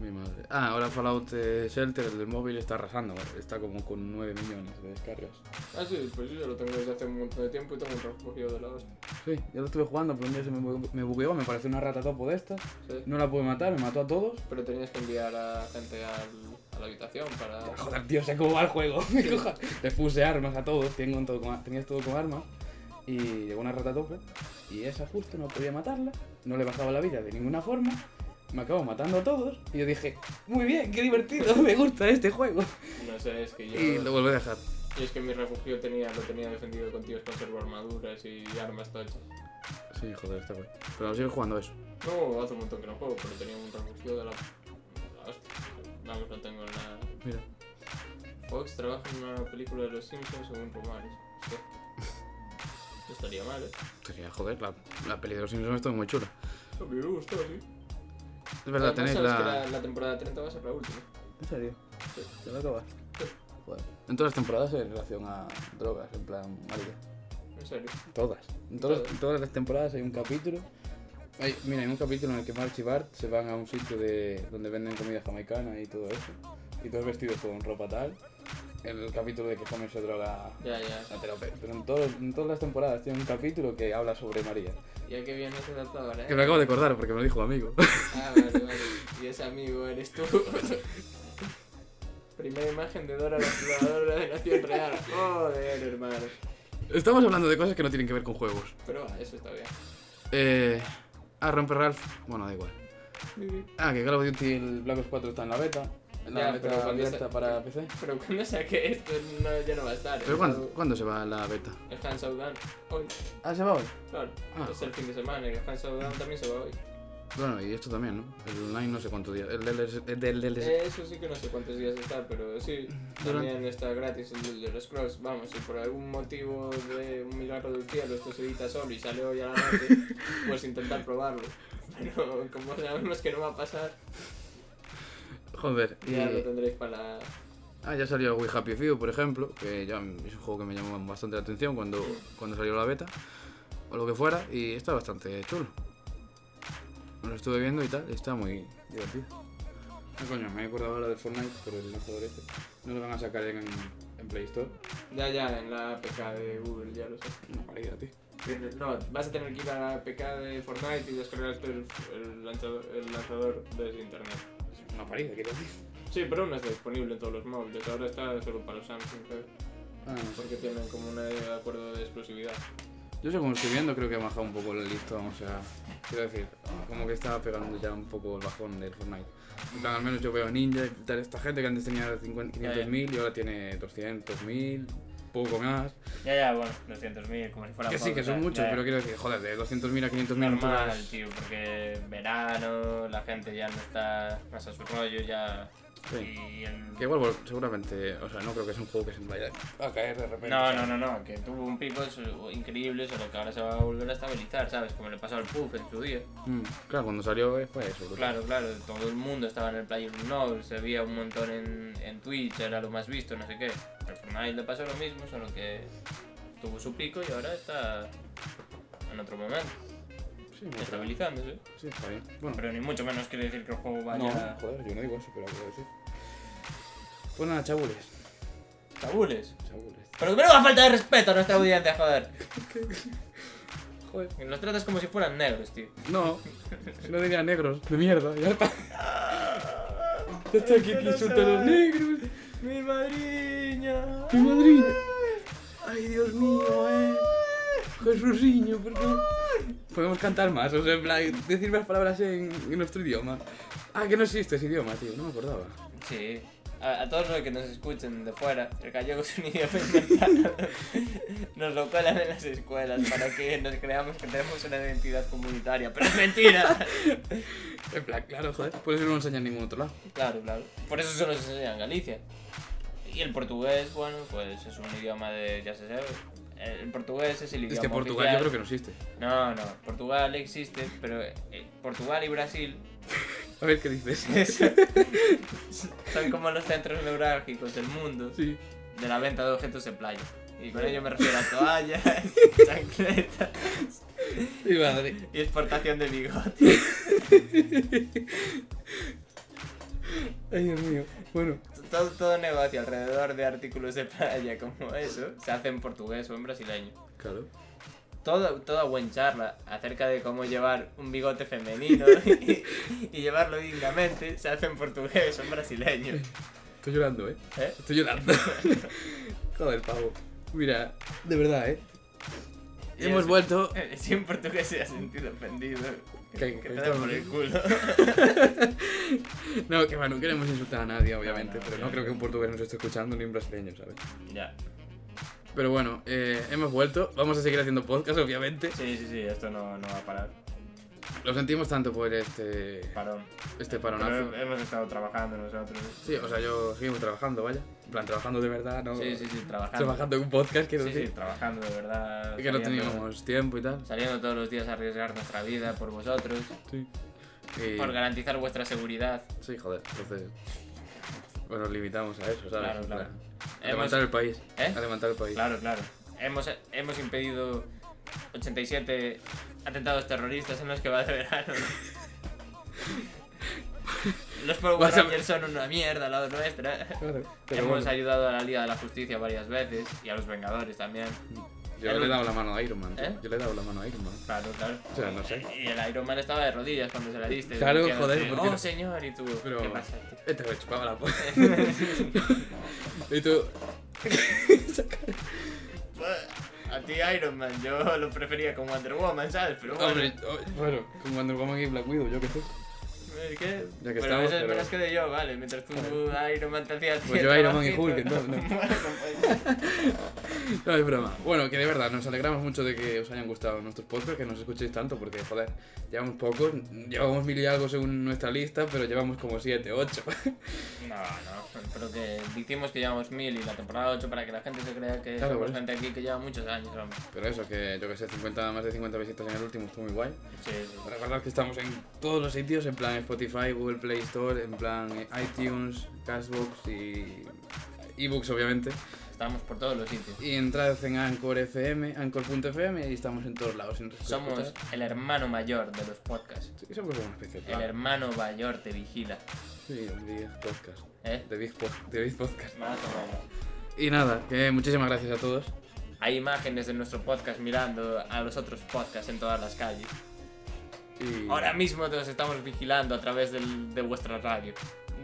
A: Mi madre. Ah, ahora Fallout eh, Shelter, el del móvil, está arrasando. Está como con 9 millones de descargas.
B: Ah, sí, pues yo ya lo tengo desde hace un montón de tiempo y tengo un refugio de la hostia.
A: Sí, yo lo estuve jugando, pero un día se me, bu- me bugueó, me pareció una rata topo de estas.
B: ¿sí?
A: No la pude matar, me mató a todos.
B: Pero tenías que enviar a gente al- a la habitación para.
A: Joder, tío, sé cómo va el juego. Me coja. Les puse armas a todos, tengo en todo con, tenías todo con armas. Y llegó una rata topo. Y esa justo no podía matarla. No le bajaba la vida de ninguna forma. Me acabo matando a todos. Y yo dije, muy bien, qué divertido, me gusta este juego.
B: No sé, es que yo.
A: Y lo volví a dejar.
B: Y es que mi refugio tenía, lo tenía defendido con tíos con servo armaduras y armas tochas.
A: Sí, joder, está guay. Pero sigo jugando eso.
B: No, hace un montón que no juego, pero tenía un refugio de la... la hostia. Vamos, no tengo nada.
A: Mira.
B: Fox trabaja en una película de los Simpsons según rumores. ¿Qué? No estaría mal, ¿eh?
A: Sería, joder, la, la peli de los Simpsons está muy chula.
B: A mí me gustó, sí.
A: Es verdad,
B: Además,
A: tenéis
B: sabes
A: la...
B: que la... la temporada 30 va a ser la última.
A: ¿En serio?
B: Sí.
A: ¿Se va a acabar?
B: Sí.
A: Joder. En todas las temporadas en relación a drogas, en plan, marica.
B: En serio.
A: Todas. En, todas- en todas las temporadas hay un capítulo. Hay, mira, hay un capítulo en el que March y Bart se van a un sitio de donde venden comida jamaicana y todo eso. Y todos vestidos con ropa tal. El capítulo de que Homer se droga
B: Ya, ya.
A: a Terope. Pero en, todos- en todas las temporadas tiene un capítulo que habla sobre María.
B: Ya que viene ese dato ahora,
A: Que
B: ¿eh?
A: me acabo de acordar porque me lo dijo un amigo.
B: Ah, vale, vale. Y ese amigo eres tú. Primera imagen de Dora la exploradora de Nación Real. Joder, hermano.
A: Estamos hablando de cosas que no tienen que ver con juegos.
B: Pero va, eso está bien.
A: Eh. Ah, romper Ralph. Bueno, da igual. Ah, que Call of Duty el Black Ops 4 está en la beta. En la
B: Ya, pero
A: beta
B: cuando
A: abierta
B: se-
A: para PC.
B: Pero cuando saque esto no, ya no va a estar.
A: ¿Pero cuándo, cuándo se va la beta?
B: El Hans Down. Hoy,
A: Ah, se va hoy.
B: claro.
A: Eh. Ah.
B: es el fin de semana y el Hans Down también se va hoy.
A: Bueno, y esto también, ¿no? El online no sé cuánto día. El DLC. El DLC.
B: Eso sí que no sé cuántos días está, pero sí.
A: Mm, Durante-
B: También está gratis el del de los Cross. Vamos, si por algún motivo de un milagro del cielo esto se edita solo y sale hoy a la noche, pues intentar probarlo. Pero como sabemos que no va a pasar,
A: Joder.
B: ya
A: y-
B: lo tendréis para.
A: Ah, ya salió We Happy Few, por ejemplo, que ya es un juego que me llamó bastante la atención cuando, cuando salió la beta, o lo que fuera, y está bastante chulo. Me lo estuve viendo y tal, y está muy divertido. Ah, coño, me he acordado ahora del Fortnite, pero el lanzador este no lo van a sacar en, en en Play Store.
D: Ya, ya, en la APK de Google, ya lo sé.
A: Una parida, tío.
D: No, vas a tener que ir a la APK de Fortnite y descargarte el, el lanzador, el lanzador desde internet.
A: Es Una parida, quiero decir.
D: Sí, pero aún no está disponible en todos los móviles. Ahora está solo para los Samsung, creo,
A: Ah, no sé.
D: porque tienen como un acuerdo de exclusividad.
A: Yo según estoy viendo creo que ha bajado un poco el listón, o sea, quiero decir, como que estaba pegando ya un poco el bajón del Fortnite. En plan, al menos yo veo Ninja y tal, esta gente que antes tenía 50 500.000 y ahora tiene 200.000, poco más.
B: Ya, ya, bueno, 200.000, como si fuera
A: Que sí,
B: poco,
A: que son
B: tal,
A: muchos,
B: eh. ya,
A: pero
B: ya.
A: quiero decir, joder, de 200.000 a 500.000 no te
B: normal,
A: vas-
B: tío, porque verano, la gente ya no está más a su rollo, ya.
A: Sí.
B: Y el-
A: Que igual, bueno, seguramente, o sea, no creo que es un juego que se vaya a caer de repente.
B: No, no, no, no, que tuvo un pico su- increíble, solo que ahora se va a volver a estabilizar, ¿sabes? Como le pasó al Puff en su día.
A: Mm, claro, cuando salió eh, fue eso. brutal.
B: Claro, claro, todo el mundo estaba en el Player Unknown, se veía un montón en, en Twitch, era lo más visto, no sé qué. Al Fortnite le pasó lo mismo, solo que tuvo su pico y ahora está en otro momento,
A: Sí, no, pero-
B: estabilizándose.
A: sí, está bien. Bueno,
B: Pero ni mucho menos quiere decir que el juego
A: no,
B: vaya
A: joder, yo no digo eso, pero quiero decir. Pues nada, chabules.
B: a tabules.
A: Chabules.
B: Pero menuda falta de respeto a nuestra audiencia, joder.
A: Joder.
B: Los tratas como si fueran negros, tío.
A: No, no diría negros, de mierda, ya está. Ya está aquí que insulta a los negros,
B: Mi madriña.
A: mi madrina. Ay, Dios mío, eh. Jesusiño, ¿por qué? Podemos cantar más, o sea, en plan, decir más palabras en, en nuestro idioma. Ah, que no existe ese idioma, tío, no me acordaba.
B: Sí. A, a todos los que nos escuchen de fuera, el gallego es un idioma inventado. Nos lo cuelan en las escuelas para que nos creamos que tenemos una identidad comunitaria. Pero es mentira.
A: En plan, claro, joder, por eso no lo enseñan en ningún otro lado.
B: Claro, claro. Por eso solo se enseña en Galicia. Y el portugués, bueno, pues es un idioma de. ya se sabe. El portugués es el idioma.
A: Es que Portugal yo
B: oficial.
A: creo que no existe.
B: No, no, Portugal existe, pero eh, Portugal y Brasil
A: A ver qué dices.
B: son como los centros neurálgicos del mundo
A: Sí.
B: de la venta de objetos en playa. Y con ello me refiero a toallas, chancletas
A: Mi madre.
B: y exportación de bigotes.
A: Ay, Dios mío. Bueno,
B: Todo, todo negocio alrededor de artículos de playa como eso se hace en portugués o en brasileño.
A: claro.
B: Todo, toda buen charla acerca de cómo llevar un bigote femenino y, y llevarlo dignamente se hace en portugués o en brasileño.
A: Estoy llorando, eh.
B: ¿Eh?
A: Estoy llorando. Joder, pavo. Mira, de verdad, ¿eh?
B: Y
A: Hemos
B: es-
A: vuelto.
B: Eh, Si en portugués se ha sentido ofendido,
A: Que-
B: que,
A: que
B: te den
A: todo
B: por
A: bien.
B: el culo.
A: No, que va, no queremos insultar a nadie, obviamente,
B: No, no,
A: pero
B: ya.
A: no creo que un portugués nos esté escuchando ni un brasileño, ¿sabes?
B: ya.
A: Pero bueno, eh, hemos vuelto. Vamos a seguir haciendo podcast, obviamente.
B: Sí, sí, sí, esto no, no va a parar.
A: Lo sentimos tanto por este,
B: Parón.
A: este
B: Pero eh,
A: paronazo.
B: he- hemos estado trabajando nosotros.
A: Sí, o sea, yo seguimos trabajando, vaya. En plan, trabajando de verdad, ¿no?
B: Sí, sí, sí, trabajando.
A: Trabajando en un podcast, quiero
B: sí, sí,
A: decir.
B: trabajando de verdad.
A: que no
B: saliendo-
A: teníamos tiempo y tal.
B: Saliendo todos los días a arriesgar nuestra vida por vosotros,
A: Sí. Y-
B: por garantizar vuestra seguridad.
A: Sí, joder, entonces. Pues nos limitamos a eso, ¿sabes?
B: Claro,
A: En
B: claro.
A: plan, A
B: Hemos-
A: levantar el país.
B: ¿Eh?
A: A levantar el país.
B: Claro, claro. Hemos, hemos impedido 87 atentados terroristas en los que va de verano. Los Power
A: Vas a-
B: Rangers son una mierda al lado nuestra.
A: Claro,
B: Hemos ayudado a la Liga de la Justicia varias veces y a los Vengadores también.
A: Yo
B: el-
A: le he dado la mano a Iron Man. tío.
B: ¿Eh?
A: Yo le he dado la mano a Iron Man.
B: Claro, claro.
A: O sea, no sé.
B: Y el Iron Man estaba de rodillas cuando se la diste.
A: Claro,
B: diciéndote,
A: joder, ¿por qué
B: Oh,
A: no?
B: señor, y tú.
A: Pero-
B: ¿Qué pasa, tío?
A: Este me chupaba la polla. y tú.
B: A ti Iron Man, yo lo prefería con Wonder Woman, ¿sabes? Pero bueno,
A: Hombre, oh, bueno, con Wonder Woman y Black Widow, yo qué sé.
B: es que...
A: Ya que
B: pero
A: estamos,
B: eso es
A: pero-
B: menos que de yo, vale. Mientras tú ah, Iron Man te hacías...
A: Pues yo Iron Man y Hulk, entonces, no.
B: pues.
A: No es broma. Bueno, que de verdad, nos alegramos mucho de que os hayan gustado nuestros podcasts, que nos escuchéis tanto, porque joder, llevamos pocos, llevamos mil y algo según nuestra lista, pero llevamos como siete, ocho.
B: No, no. Pero que dijimos que llevamos mil y la temporada 8 para que la gente se crea que
A: Claro,
B: somos
A: por
B: gente aquí que lleva muchos años, vamos.
A: Pero eso, que yo que sé, 50, más de 50 visitas en el último, estuvo muy guay.
B: Sí, sí.
A: Recordad que estamos en todos los sitios, en plan Spotify, Google Play Store, en plan eh, iTunes, Cashbox y ebooks obviamente.
B: Estamos por todos los sitios.
A: Y entrad en Anchor FM, Anchor.fm y estamos en todos lados. si nos queréis
B: Somos
A: escuchar.
B: el hermano mayor de los podcasts.
A: Sí, somos una especie de...
B: El hermano mayor te vigila.
A: Sí, el Big Podcast.
B: ¿Eh?
A: The Big, Po- The Big Podcast.
B: Más o menos.
A: Y nada, que muchísimas gracias a todos.
B: Hay imágenes de nuestro podcast mirando a los otros podcasts en todas las calles.
A: Y...
B: Ahora mismo nos estamos vigilando a través del- de vuestra radio.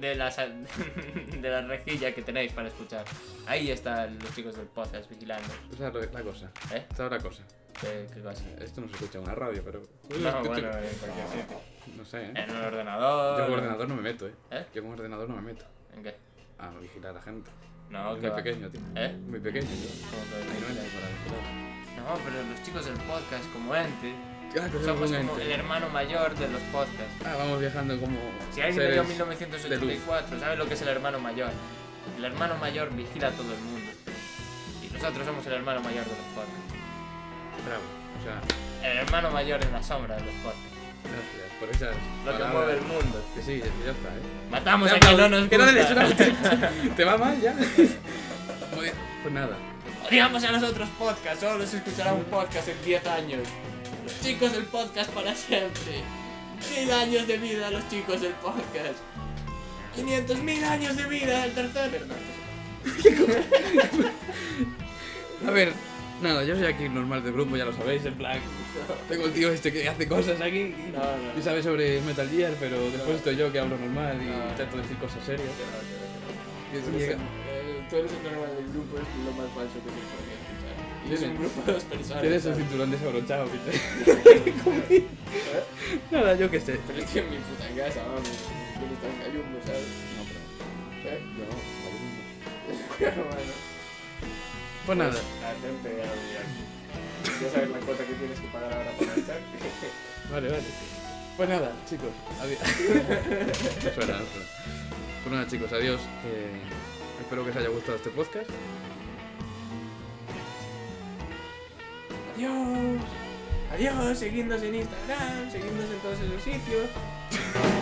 B: De la, sa- de la rejilla que tenéis para escuchar. Ahí están los chicos del podcast vigilando.
A: O sea, lo- la cosa.
B: ¿Eh?
A: Esta es la cosa.
B: ¿Qué, qué cosa?
A: Esto no se escucha en una radio, pero.
B: No, bueno, en cualquier sitio.
A: No sé, ¿eh?
B: En un
A: Yo
B: ordenador.
A: con ordenador no me meto, ¿eh?
B: ¿Eh?
A: Yo con ordenador no me meto.
B: ¿En qué?
A: A vigilar a la gente.
B: No,
A: es
B: que
A: muy
B: va.
A: pequeño, tío.
B: ¿Eh?
A: Muy pequeño, tío.
B: ¿Cómo que
A: Ahí no
B: no?
A: entro para vigilar.
B: No, pero los chicos del podcast, como ente,
A: Ah, que somos
B: somos
A: un
B: como
A: ente.
B: el hermano mayor de los podcasts.
A: Ah, vamos viajando como.
B: Si alguien
A: seres
B: vivió en
A: de luz.
B: 1984, ¿sabes lo que es el hermano mayor? El hermano mayor vigila a todo el mundo. Y nosotros somos el hermano mayor de los podcasts.
A: Bravo. O sea,
B: El hermano mayor en la sombra de los podcasts.
A: gracias por esas.
B: Lo que
A: palabras.
B: mueve el mundo.
A: Que sí, que ya está, ¿eh?
B: Matamos
A: Ya,
B: a quien no
A: Pablo,
B: nos
A: que no le des una
B: gusta.
A: vuelta. ¿Te va mal ya? Muy bien, Pues nada.
B: Odiamos a los otros podcasts. Solo se escuchará un podcast en 10 años. Los chicos del podcast para siempre. 100 años de vida a los chicos del podcast. 500.000 años de vida al tercer.
A: A ver, nada, yo soy aquí normal de grupo, ya lo sabéis, en plan. Tengo el tío este que hace cosas aquí y,
D: No, no.
A: y sabe sobre Metal Gear, pero después estoy yo que hablo normal y intento decir cosas serias. Y eso
D: Tú eres
A: llega-
D: el- eh, tú eres el normal del grupo, es lo más falso que se podría escuchar. Y es
A: Tiene-
D: un grupo de dos personas.
A: Tienes un
D: ¿sabes?
A: cinturón desabrochado, Peter.
D: ¿Eh?
A: Nada, yo qué sé.
D: Pero estoy en mi puta casa, vamos. Tú no estás cayendo, ¿sabes?
A: No, pero.
D: ¿Eh?
A: Yo no.
D: Pero bueno.
A: Pues nada.
D: Atente a olvidar. Ya sabes la cuota que tienes que pagar ahora para echar.
A: Vale, vale. Pues nada, chicos, adiós. no suena, no suena. Pues nada, chicos, adiós. que espero que os haya gustado este podcast.
D: Adiós. Adiós, seguidnos en Instagram, seguidnos en todos esos sitios.